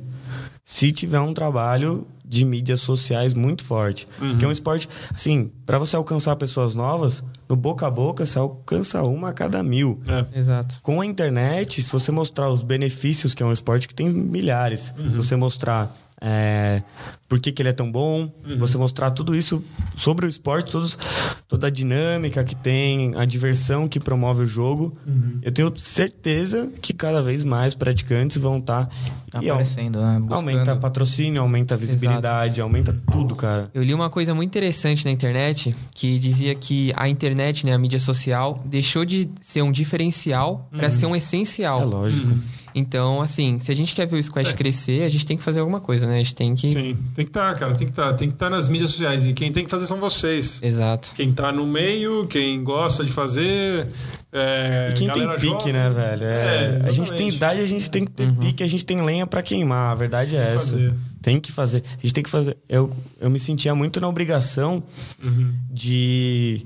se tiver um trabalho de mídias sociais muito forte. Porque é um esporte, assim, para você alcançar pessoas novas, no boca a boca você alcança uma a cada mil. É. Exato. Com a internet, se você mostrar os benefícios, que é um esporte que tem milhares, Uhum. se você mostrar é, por que, que ele é tão bom, Uhum. você mostrar tudo isso sobre o esporte, todos, toda a dinâmica que tem, a diversão que promove o jogo, Uhum. eu tenho certeza que cada vez mais praticantes vão estar. Aparecendo, né? Buscando. aumenta patrocínio, aumenta a visibilidade, aumenta tudo, cara. Eu li uma coisa muito interessante na internet que dizia que a internet, né, a mídia social, deixou de ser um diferencial pra ser um essencial. É Uhum. lógico. É. Então, assim, se a gente quer ver o Squash crescer, a gente tem que fazer alguma coisa, né? A gente tem que. Sim, tem que estar, cara, tem que estar. Tem que estar nas mídias sociais e quem tem que fazer são vocês. Exato. Quem tá no meio, quem gosta de fazer... é, E quem tem galera pique, jovem, né, velho? É, É, a gente tem exatamente. idade, a gente tem que ter pique, a gente tem lenha pra queimar. A verdade é que essa. fazer. Tem que fazer. A gente tem que fazer. Eu, eu me sentia muito na obrigação Uhum. de.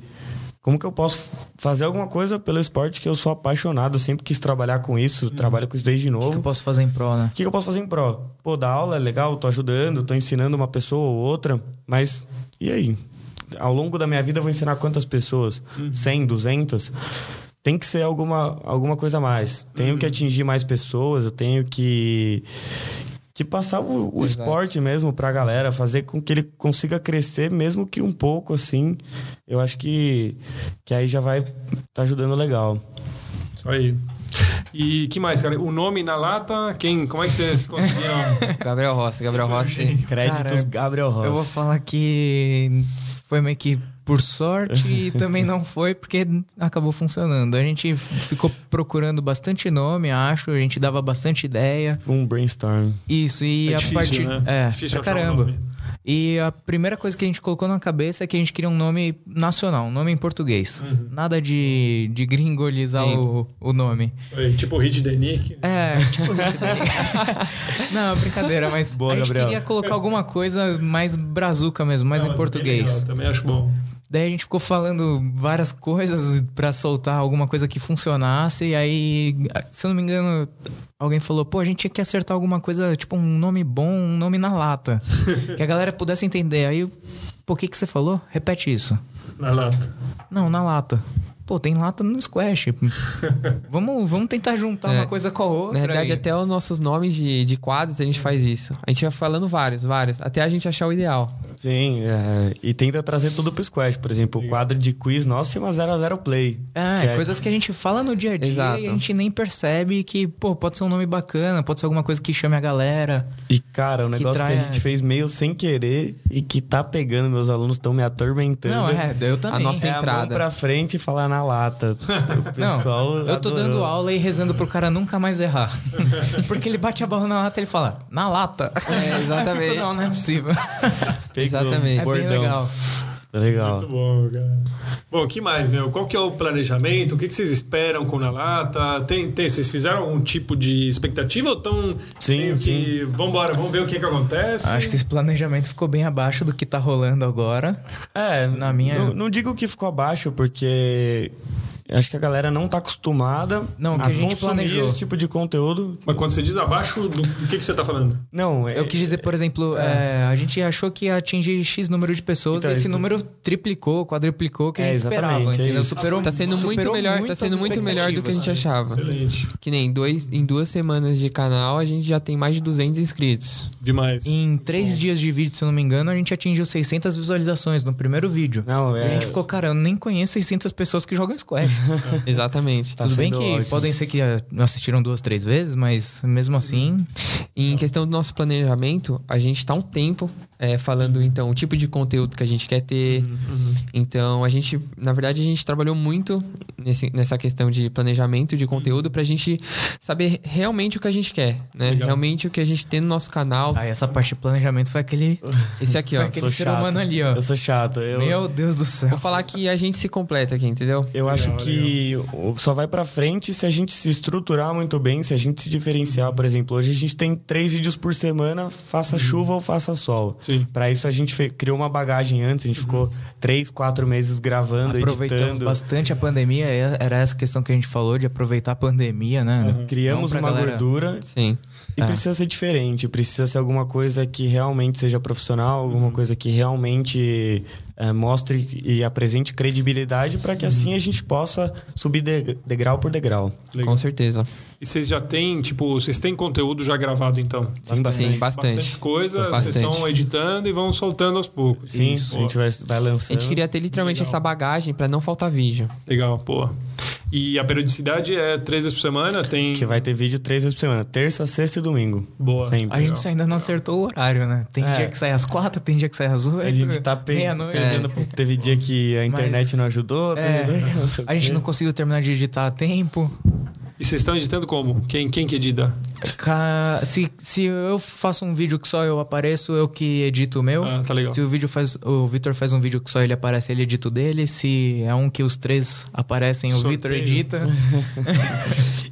Como que eu posso fazer alguma coisa pelo esporte que eu sou apaixonado? Eu sempre quis trabalhar com isso, Uhum. trabalho com isso desde O que que novo. eu posso fazer em prol, né? O que, que eu posso fazer em pró? Pô, dar aula é legal, tô ajudando, tô ensinando uma pessoa ou outra, mas e aí? Ao longo da minha vida eu vou ensinar quantas pessoas? Uhum. 100, 200? Tem que ser alguma, alguma coisa a mais. Tenho Uhum. que atingir mais pessoas, eu tenho que, que passar o, o Exato. esporte mesmo pra galera, fazer com que ele consiga crescer, mesmo que um pouco assim. Eu acho que, que aí já vai tá ajudando legal. Isso aí. E que mais, cara? O nome na lata, quem, como é que vocês conseguiram? Gabriel Rossi, Gabriel Rossi. Créditos Cara, Gabriel Ross. Eu vou falar que foi meio que por sorte e também não foi porque acabou funcionando. A gente ficou procurando bastante nome, acho, a gente dava bastante ideia. Um brainstorm. Isso, e É a difícil, partir. né? É, Difícil pra achar um caramba. nome. E a primeira coisa que a gente colocou na cabeça é que a gente queria um nome nacional, um nome em português. Uhum. Nada de, de gringolizar Sim. o, o nome. Foi tipo o Hit The Nick. É, tipo, né? não, brincadeira, mas Boa, a gente Gabriel. queria colocar alguma coisa mais brazuca mesmo, mais Não, em mas é bem português. legal, também acho bom. Daí a gente ficou falando várias coisas pra soltar alguma coisa que funcionasse. E aí, se eu não me engano, alguém falou: pô, a gente tinha que acertar alguma coisa, tipo um nome bom, um nome na lata. que a galera pudesse entender. Aí, eu, pô, o que, que você falou? Repete isso. Na lata. Não, na lata. Pô, tem lata no Squash. vamos, vamos tentar juntar É. uma coisa com a outra. Na verdade, aí. Uhum. até os nossos nomes de, de quadros a gente faz isso. A gente vai falando vários, vários, até a gente achar o ideal. Sim, é, e tenta trazer tudo pro Squash. Por exemplo, o quadro de quiz nosso tinha uma 0x0 play. Ah, que é, coisas que a gente fala no dia a dia Exato. e a gente nem percebe que, pô, pode ser um nome bacana, pode ser alguma coisa que chame a galera. E, cara, um que negócio que, trai- é. a gente fez meio sem querer e que tá pegando, meus alunos estão me atormentando. Não, é, eu também. nossa É a mão Entrada. pra frente e falar na lata. O pessoal Não, eu tô adorou. dando aula e rezando pro cara nunca mais errar. Porque ele bate a bola na lata e ele fala, na lata. É, exatamente. Eu fico, não, não é possível. Pegou, Exatamente. É bem bordão. Tá legal. Legal. Muito bom, cara. Bom, que mais, meu? Qual que é o planejamento? O que, que vocês esperam com na lata? Tem, tem, vocês fizeram algum tipo de expectativa ou tão Sim, meio que vambora, vamos ver o que, que acontece? Acho que esse planejamento ficou bem abaixo do que tá rolando agora. É, Na minha- Não, não digo que ficou abaixo, porque acho que a galera não tá acostumada Não, que a, a gente consumir planejou. esse tipo de conteúdo. Mas quando você diz abaixo, do, do que, que você tá falando? Não, é- Eu quis dizer, por exemplo, é, a gente achou que ia atingir X número de pessoas Então, e esse isso- número triplicou, quadruplicou o que a É, gente esperava, exatamente, é entendeu? isso. Superou, Tá sendo muito superou melhor, tá muitas sendo muito melhor do que a gente expectativas. achava. Excelente. Que nem dois, em duas semanas de canal a gente já tem mais de 200 inscritos. Demais. Em três dias de vídeo, se eu não me engano, a gente atingiu 600 visualizações no primeiro vídeo. Não, A é. gente ficou, cara, eu nem conheço 600 pessoas que jogam Squash. Exatamente. Tá Tudo bem que sendo ótimo. podem ser que ah, assistiram duas, três vezes, mas mesmo assim. Em questão do nosso planejamento, a gente tá um tempo é, falando, então, o tipo de conteúdo que a gente quer ter. Então, a gente, na verdade, a gente trabalhou muito nesse- nessa questão de planejamento de conteúdo pra gente saber realmente o que a gente quer, né? Legal. Realmente o que a gente tem no nosso canal. Aí essa parte de planejamento foi aquele, Esse aqui, foi ó. aquele sou ser chato. humano ali, ó. Eu sou chato. Eu, Meu Deus do céu. Vou falar que a gente se completa aqui, entendeu? eu acho Legal, que o- só vai pra frente se a gente se estruturar muito bem, se a gente se diferenciar. Por exemplo, hoje a gente tem três vídeos por semana, faça Uhum. chuva ou faça sol. Sim. Pra isso a gente fe- criou uma bagagem antes, a gente ficou três, quatro meses gravando, Uhum. Aproveitamos editando. bastante a pandemia, é- era essa questão que a gente falou de aproveitar a pandemia, né? Uhum. Criamos Então, pra uma galera- gordura Sim. E É. precisa ser diferente, precisa ser alguma coisa que realmente seja profissional, alguma Uhum. coisa que realmente eh, mostre e apresente credibilidade para Uhum. que assim a gente possa subir de- degrau por degrau. Legal. Com certeza. E vocês já têm, tipo, vocês têm conteúdo já gravado então? Sim, Sim, bastante. Bastante coisa, vocês Bastante. estão editando e vão soltando aos poucos. Sim, Pô, a gente vai, vai A lançando. gente queria ter literalmente Legal. essa bagagem pra não faltar vídeo. Legal, pô. E a periodicidade é três vezes por semana? Tem. Que vai ter vídeo três vezes por semana, terça, sexta e domingo. Boa. Sempre. A gente só ainda não acertou o horário, né? Tem É. dia que sai às quatro, tem dia que sai às oito. A gente tá pe- meia-noite. É. pensando, pô, teve dia que a internet Mas- não ajudou, É. teve dia que não sei o A gente quê. não conseguiu terminar de editar a tempo. E vocês estão editando como? Quem, quem que edita? Ca- Se, se eu faço um vídeo que só eu apareço, eu que edito o meu. Ah, tá legal. Se o vídeo faz. O Vitor faz um vídeo que só ele aparece, ele edita o dele. Se é um que os três aparecem, o Sorteio. Vitor edita.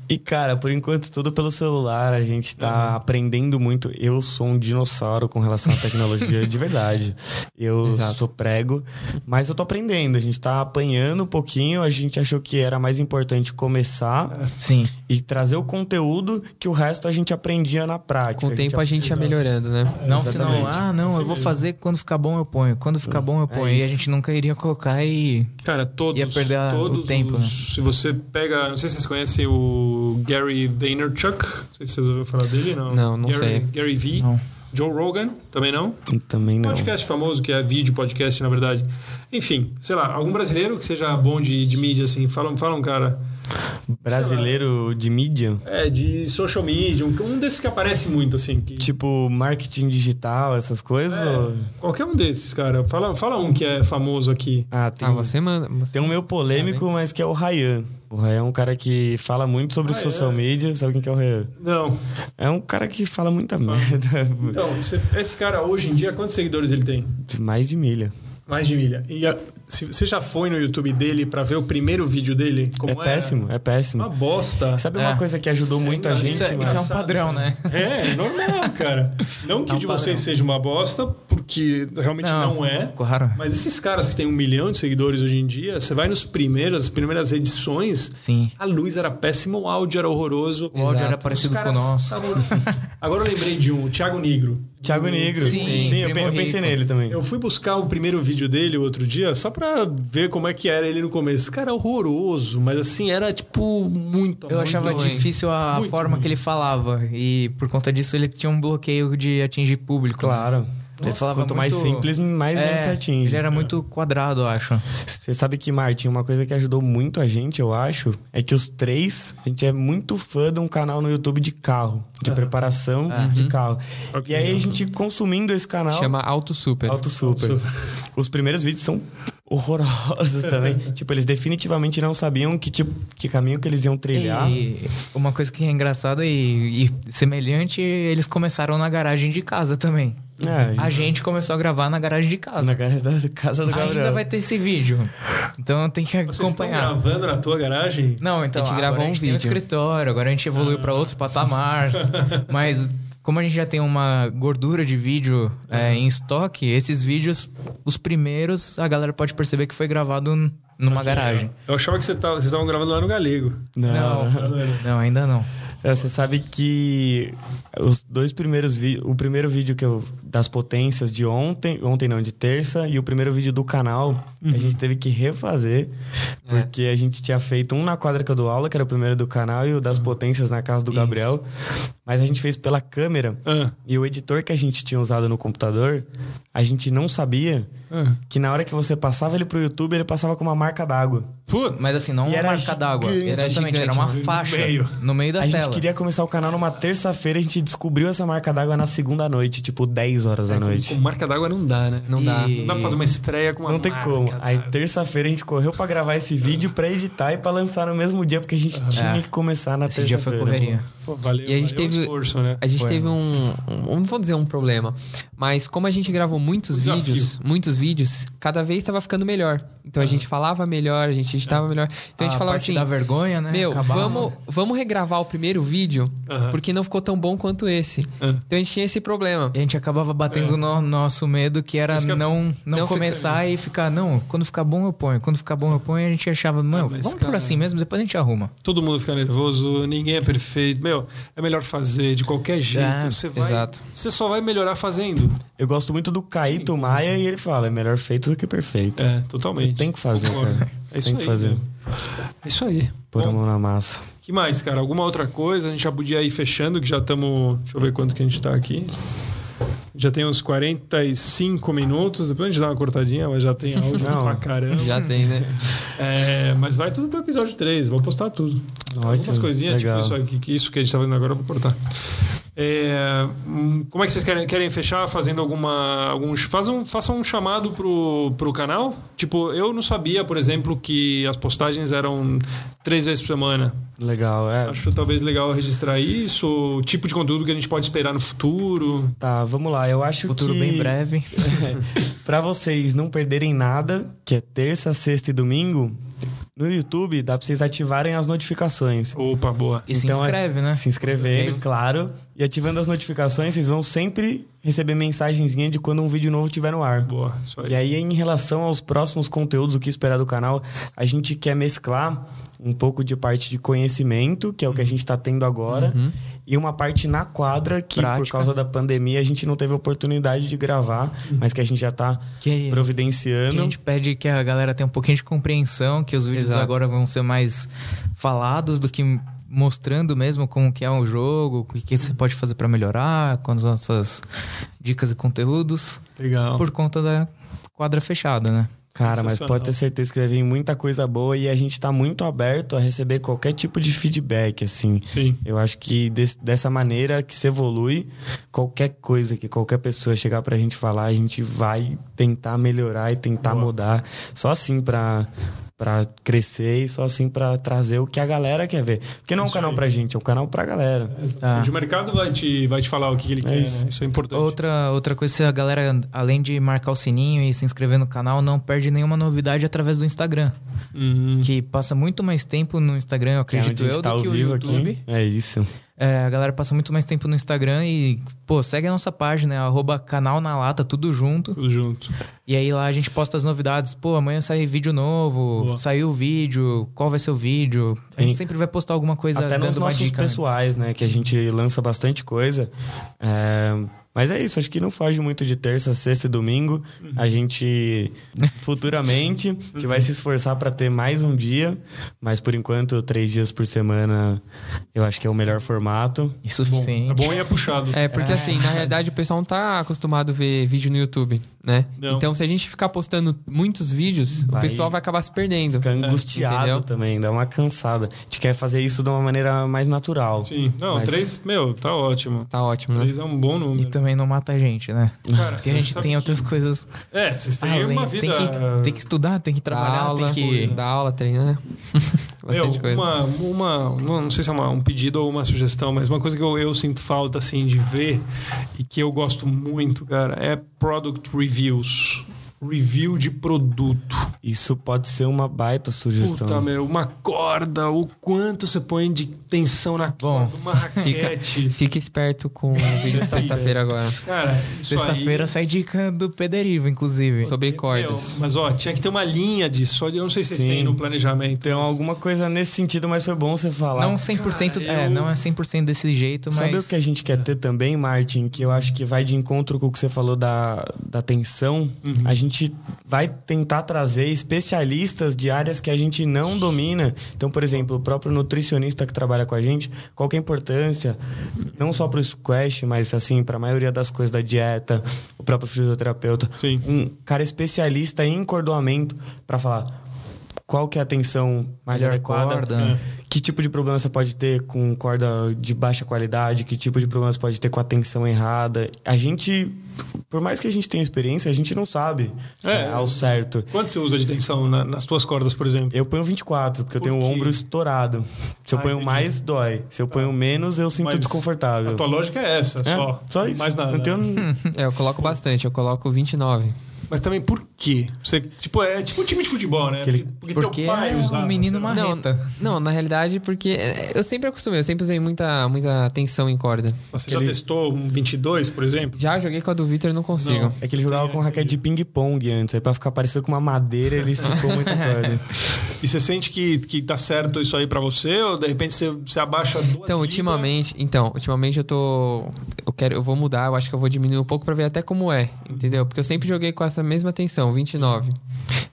E, cara, por enquanto, tudo pelo celular. A gente tá Uhum. aprendendo muito. Eu sou um dinossauro com relação à tecnologia, de verdade. Eu Exato. sou prego, mas eu tô aprendendo. A gente tá apanhando um pouquinho. A gente achou que era mais importante É. começar Sim. e trazer o conteúdo que o resto a gente aprendia na prática. Com o tempo a gente ia Exato. melhorando, né? É, Não, Exatamente. senão, ah, não, Assim eu vou mesmo. fazer quando ficar bom eu ponho. Quando ficar bom É eu ponho. e a isso. gente nunca iria colocar e. Cara, todos. Ia perder a- o todos tempo, os- né? Se você pega. Não sei se vocês conhecem o Gary Vaynerchuk. Não sei se vocês ouviram falar dele, não. Não, não Gary, sei. Gary V. Não. Joe Rogan, também não. E Hum, Também não. Podcast famoso, que é vídeo podcast, na verdade. Enfim, sei lá, algum brasileiro que seja bom de, de mídia, assim, fala, fala um cara. brasileiro de mídia. É, de social media, um um desses que aparece muito, assim. que- Tipo, marketing digital, essas coisas? É, ou- qualquer um desses, cara. Fala, fala um que é famoso aqui. Ah, tem, Ah, você manda. você- tem um meio polêmico, mas que é o Ryan. O Ryan é um cara que fala muito sobre Ah, é? social media. Sabe quem que é o Ryan? Não. É um cara que fala muita merda. Então, esse, esse cara hoje em dia, quantos seguidores ele tem? Mais de milha. Mais de milha. E a- se, você já foi no YouTube dele pra ver o primeiro vídeo dele? Como é era? péssimo, é péssimo. Uma bosta. Sabe É. uma coisa que ajudou muito a engraçado. gente? Isso é- mas- isso é um padrão, né? É, normal, cara. Não que É um de vocês padrão. seja uma bosta, porque realmente não, é. Claro. Mas esses caras que têm um milhão de seguidores hoje em dia, você vai nos primeiros, as primeiras edições, Sim. a luz era péssima, o áudio era horroroso. O áudio Exato. era Os Os parecido com o caras nosso. estavam- Agora eu lembrei de um, o Thiago Negro. Thiago Negro. Sim, eu, pe- Primo eu pensei Rico. nele também. Eu fui buscar o primeiro vídeo dele outro dia, só pra ver como é que era ele no começo. Cara, é horroroso, mas assim, era tipo muito. Eu muito achava ruim. difícil a Muito forma que ele falava. E por conta disso ele tinha um bloqueio de atingir público. Claro. Ele falava Quanto mais muito- simples, mais um É, gente se atinge. Ele né? era muito quadrado, eu acho. Você sabe que, Martin, uma coisa que ajudou muito a gente, eu acho, é que os três, a gente é muito fã de um canal no YouTube de carro, de preparação de carro. E aí a gente consumindo esse canal. Chama Auto Super. Auto Super. Os primeiros vídeos são horrorosos também. É. tipo, eles definitivamente não sabiam que, tipo, que caminho que eles iam trilhar. E uma coisa que é engraçada e, e semelhante, eles começaram na garagem de casa também. É, a gente- A gente começou a gravar na garagem de casa. Na garagem da casa do Gabriel. Ainda vai ter esse vídeo. Então tem que Vocês estão acompanhar. gravando na tua garagem? Não, então A gente gravou agora a um gente tem um vídeo. escritório, agora a gente evoluiu pra outro patamar. Mas como a gente já tem uma gordura de vídeo é, em estoque, esses vídeos, os primeiros, a galera pode perceber que foi gravado n- numa garagem. Eu achava que você tava- vocês estavam gravando lá no Galego. Não, não, ainda não. É, Você sabe que os dois primeiros vídeos. O primeiro vídeo que eu. Das potências de ontem. Ontem não, de terça. E o primeiro vídeo do canal. Uhum. A gente teve que refazer. É. Porque a gente tinha feito um na quadra que eu dou aula, que era o primeiro do canal. E o Uhum. das potências na casa do Gabriel. Mas a gente fez pela câmera. Ah. E o editor que a gente tinha usado no computador. A gente não sabia que na hora que você passava ele pro YouTube, ele passava com uma marca d'água. Puta, Mas assim, não E uma era marca d'água. gigante, Era exatamente, gigante, era uma no faixa meio. no meio a da tela. gente queria começar o canal numa terça-feira, a gente descobriu essa marca d'água na segunda noite, tipo 10 horas da com noite. marca d'água não dá, né? Não dá. Não dá pra fazer uma estreia com uma Não tem marca como. d'água. Aí terça-feira a gente correu pra gravar esse vídeo, pra editar e pra lançar no mesmo dia, porque a gente tinha que começar na Esse dia foi terça-feira. correria. Pô, valeu, E a gente valeu o teve- esforço, né? A gente teve um, um- Não vou dizer um problema, mas como a gente gravou muitos Um desafio. vídeos, muitos vídeos, cada vez estava ficando melhor. Então a gente falava melhor, a gente É. editava melhor. Então a gente falava Ah, parte assim. da vergonha, né? Meu, Acabava. vamos, vamos regravar o primeiro vídeo, Aham. porque não ficou tão bom quanto esse. Ah. Então a gente tinha esse problema. E a gente acabava batendo no nosso medo que era Isso que eu- não, É. não, Não começar e ficar, não, quando ficar bom eu ponho, quando ficar bom eu ponho, a gente achava, mano, mas, vamos por cara- assim mesmo, depois a gente arruma. Todo mundo fica nervoso, ninguém é perfeito. Meu, é melhor fazer de qualquer jeito. É, você vai, exato. Você só vai melhorar fazendo. Eu gosto muito do Caíto Maia e ele fala: é melhor feito do que perfeito. É, totalmente. Tem que fazer, Concordo. cara. É isso Tem que aí, fazer. né? É isso aí. Pôr a Bom, mão na massa. que mais, cara? Alguma outra coisa? A gente já podia ir fechando, que já estamos. Deixa eu ver quanto que a gente tá aqui. Já tem uns 45 minutos. Depois a gente dá uma cortadinha, mas já tem áudio Não. pra caramba. Já tem, né? É, mas vai tudo pro episódio 3, vou postar tudo. Algumas Ótimo, coisinhas, legal. tipo isso aqui, que isso que a gente tá vendo agora, eu vou cortar. É, hum, como é que vocês querem, querem fechar fazendo alguma. Alguns, façam, façam um chamado pro, pro canal? Tipo, eu não sabia, por exemplo, que as postagens eram três vezes por semana. Legal, é. Acho talvez legal registrar isso, o tipo de conteúdo que a gente pode esperar no futuro. Tá, vamos lá. Eu acho Futuro que. bem breve. Pra vocês não perderem nada, que é terça, sexta e domingo, no YouTube dá pra vocês ativarem as notificações. Opa, boa. E se Então, é- inscreve, né? Se inscrevendo, Tem- claro. E ativando as notificações, vocês vão sempre receber mensagenzinha de quando um vídeo novo estiver no ar. Boa, isso aí. E aí, em relação aos próximos conteúdos, o que esperar do canal, a gente quer mesclar um pouco de parte de conhecimento, que é o que a gente está tendo agora, Uhum. e uma parte na quadra, que por Prática. causa da pandemia a gente não teve oportunidade de gravar, mas que a gente já tá está Que- é providenciando. Que a gente pede que a galera tenha um pouquinho de compreensão, que os vídeos Exato. agora vão ser mais falados do que mostrando mesmo como que é o jogo, o que, que você pode fazer pra melhorar, com as nossas dicas e conteúdos, Legal. por conta da quadra fechada, né? Cara, mas pode ter certeza que vai vir muita coisa boa e a gente tá muito aberto a receber qualquer tipo de feedback, assim. Sim. Eu acho que des- dessa maneira que se evolui, qualquer coisa que qualquer pessoa chegar pra gente falar, a gente vai tentar melhorar e tentar mudar. Só assim pra, pra crescer e só assim pra trazer o que a galera quer ver. Porque não é um Isso canal aí. pra gente, é um canal pra galera. Tá. O mercado vai te, vai te falar o que ele quer, isso. né? Isso é importante. Outra, outra coisa, se a galera, além de marcar o sininho e se inscrever no canal, não perde nenhuma novidade através do Instagram. Hum, Que passa muito mais tempo no Instagram, eu Que é onde acredito a gente eu, tá do ao que o vivo YouTube. aqui. É isso. É, a galera passa muito mais tempo no Instagram e, pô, segue a nossa página, é arroba canal na lata, tudo junto. tudo junto. E aí lá a gente posta as novidades. Pô, amanhã sai vídeo novo, Boa. saiu o vídeo, qual vai ser o vídeo. A gente Sim. sempre vai postar alguma coisa Até dando nos uma nossos dica. antes. pessoais, né? Que a gente lança bastante coisa. É, Mas é isso, acho que não foge muito de terça, sexta e domingo. A gente, futuramente, a gente vai se esforçar para ter mais um dia. Mas, por enquanto, três dias por semana eu acho que é o melhor formato. Isso Bom, sim. é bom e é puxado. É, porque assim, na realidade o pessoal não tá acostumado a ver vídeo no YouTube, né? Não. Então se a gente ficar postando muitos vídeos, o Vai- pessoal vai acabar se perdendo. É, Fica angustiado Entendeu? também, dá uma cansada. A gente quer fazer isso de uma maneira mais natural. Sim. Não, Mas- três, meu, tá ótimo. Tá ótimo, né? Três é um bom E número. também não mata a gente, né? Cara, Porque a gente sabe tem outras coisas. É, vocês têm além. uma Ah, tem, vida. que, tem que estudar, tem que Dá trabalhar, aula, tem que. dá aula, treinar. né? Bastante Meu, coisa. Uma, uma, uma- não sei se é uma- um pedido ou uma sugestão, mas uma coisa que eu, eu sinto falta assim de ver e que eu gosto muito, cara, é product reviews. Review de produto. Isso pode ser uma baita sugestão. Puta, meu, uma corda, o quanto você põe de tensão na corda, uma raquete. Fica esperto com o vídeo de sexta-feira agora. Cara, isso aí- Sexta-feira sai dica do Pederiva, inclusive. Sobre Meu, cordas. Mas ó, tinha que ter uma linha disso. Eu não sei se vocês Sim. têm no planejamento. Então, mas- alguma coisa nesse sentido, mas foi bom você falar. Não 100%, Cara, é, eu- não é 100% desse jeito, mas É. Sabe o que é a gente quer ter também, Martin? Que eu acho que vai de encontro com o que você falou da, da tensão. A gente vai tentar trazer especialistas de áreas que a gente não domina. Então, por exemplo, o próprio nutricionista que trabalha com a gente, qual que é a importância, não só para o squash, mas assim, para a maioria das coisas da dieta, o próprio fisioterapeuta. Sim. Um cara especialista em cordoamento para falar qual que é a tensão mais Melhor adequada. corda. Que tipo de problema você pode ter com corda de baixa qualidade? Que tipo de problema você pode ter com a tensão errada? A gente, por mais que a gente tenha experiência, a gente não sabe É. é, ao certo. Quanto você usa de tensão na- nas tuas cordas, por exemplo? Eu ponho 24, porque eu tenho o quê? ombro estourado. Se eu Ah, ponho entendi. Tá. mais, dói. Se eu ponho menos, eu sinto Mas desconfortável. A tua lógica é essa, É, só. só isso. Então, Mais nada. Não tenho É, eu coloco bastante, eu coloco 29. Mas também por quê? Você, tipo, é tipo um time de futebol, né? Aquele- Porque, Porque é um menino sei lá. marreta. Não, na realidade, porque é, eu sempre acostumei, eu sempre usei muita, muita tensão em corda. Você já testou um 22, por exemplo? Já joguei com a do Vitor e não consigo. Não. É que ele jogava com raquete de ping-pong antes. Aí pra ficar parecido com uma madeira, ele esticou muito a corda. E você sente que, que tá certo isso aí pra você? Ou de repente você, você abaixa duas libras? Então, ultimamente, então, ultimamente eu tô eu quero, eu vou mudar, eu acho que eu vou diminuir um pouco pra ver até como é, entendeu? Porque eu sempre joguei com essa mesma tensão, 29.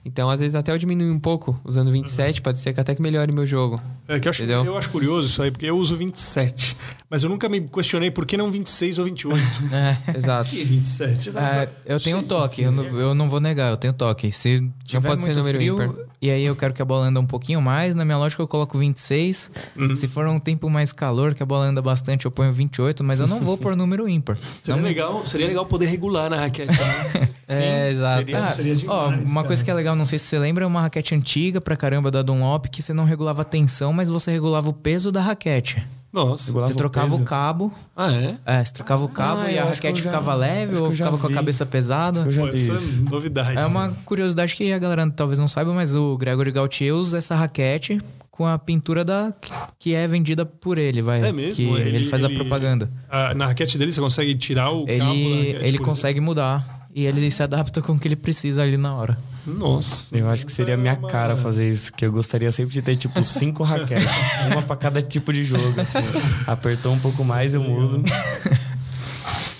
Então, às vezes até eu diminuo um pouco usando 27, pode ser que até que melhore meu jogo. É, que eu, acho, Entendeu? eu acho curioso isso aí, porque eu uso 27. Mas eu nunca me questionei por que não 26 ou 28. É. Por Exato. que 27? Ah, eu tenho toque, eu não, eu não vou negar, eu tenho toque. Se tiver pode ser muito número frio, ímpar. e aí eu quero que a bola anda um pouquinho mais, na minha lógica eu coloco 26. Uhum. Se for um tempo mais calor, que a bola anda bastante, eu ponho 28, mas eu não vou pôr número ímpar. Seria, Não me- legal, seria legal poder regular na raquete. né? é, exato. seria- Ah, tá. Ó, demais, uma cara. coisa que é legal, não sei se você lembra, é uma raquete antiga pra caramba da Dunlop que você não regulava a tensão, mas você regulava o peso da raquete. Nossa. Regulava Você o trocava peso. o cabo, Ah, é? é, você trocava o cabo Ah, e a eu acho que eu raquete já- ficava acho leve que ou eu já ficava com a vi. cabeça pesada. Eu já Pô, vi essa isso. é novidade. É uma curiosidade que a galera talvez não saiba, mas o Gregory Gautier usa essa raquete com a pintura da que é vendida por ele, vai. É mesmo? Que ele, Ele- faz ele- a propaganda. Ah, na raquete dele você consegue tirar o cabo né, é da Ele, raquete, ele por consegue mudar e ele se adapta com o que ele precisa ali na hora. exemplo? Nossa. Eu acho que seria a minha Uma- cara fazer isso, que eu gostaria sempre de ter, tipo, cinco raquetes. uma pra cada tipo de jogo, assim. Apertou um pouco mais, eu mudo.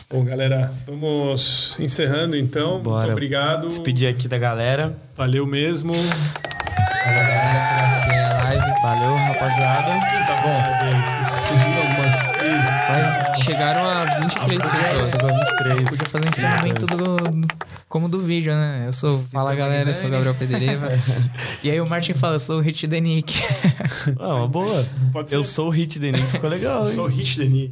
Bom, galera, vamos encerrando então. Bora. Muito obrigado. Despedir aqui da galera. Valeu mesmo. live. Valeu, rapaziada. Tá bom. Vocês pediram umas vezes. Faz Chegaram a 23 pessoas. Chegou a 23. Podia fazer um encerramento do, do- como do vídeo, né? Eu sou. Então, Fala Vitor galera, eu né? sou o Marinani. Gabriel Pedreiva. E aí o Martin fala, eu sou o Rich Denick. Ah, uma boa. Pode ser. Eu sou o Hit Denim, ficou legal, hein? Sou Rich Denis.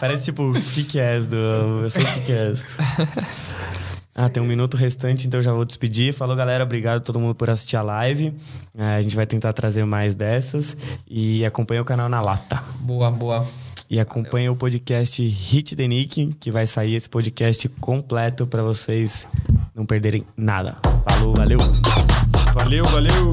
Parece tipo Kick-Ass do... Eu sou Kick-Ass. é. Ah, tem um minuto restante, então já vou despedir. Falou, galera. Obrigado a todo mundo por assistir a live. É, a gente vai tentar trazer mais dessas. E acompanha o canal Na Lata. Boa, boa. E acompanha o podcast Hit the Nick, que vai sair esse podcast completo pra vocês não perderem nada. Falou, valeu! Valeu, valeu.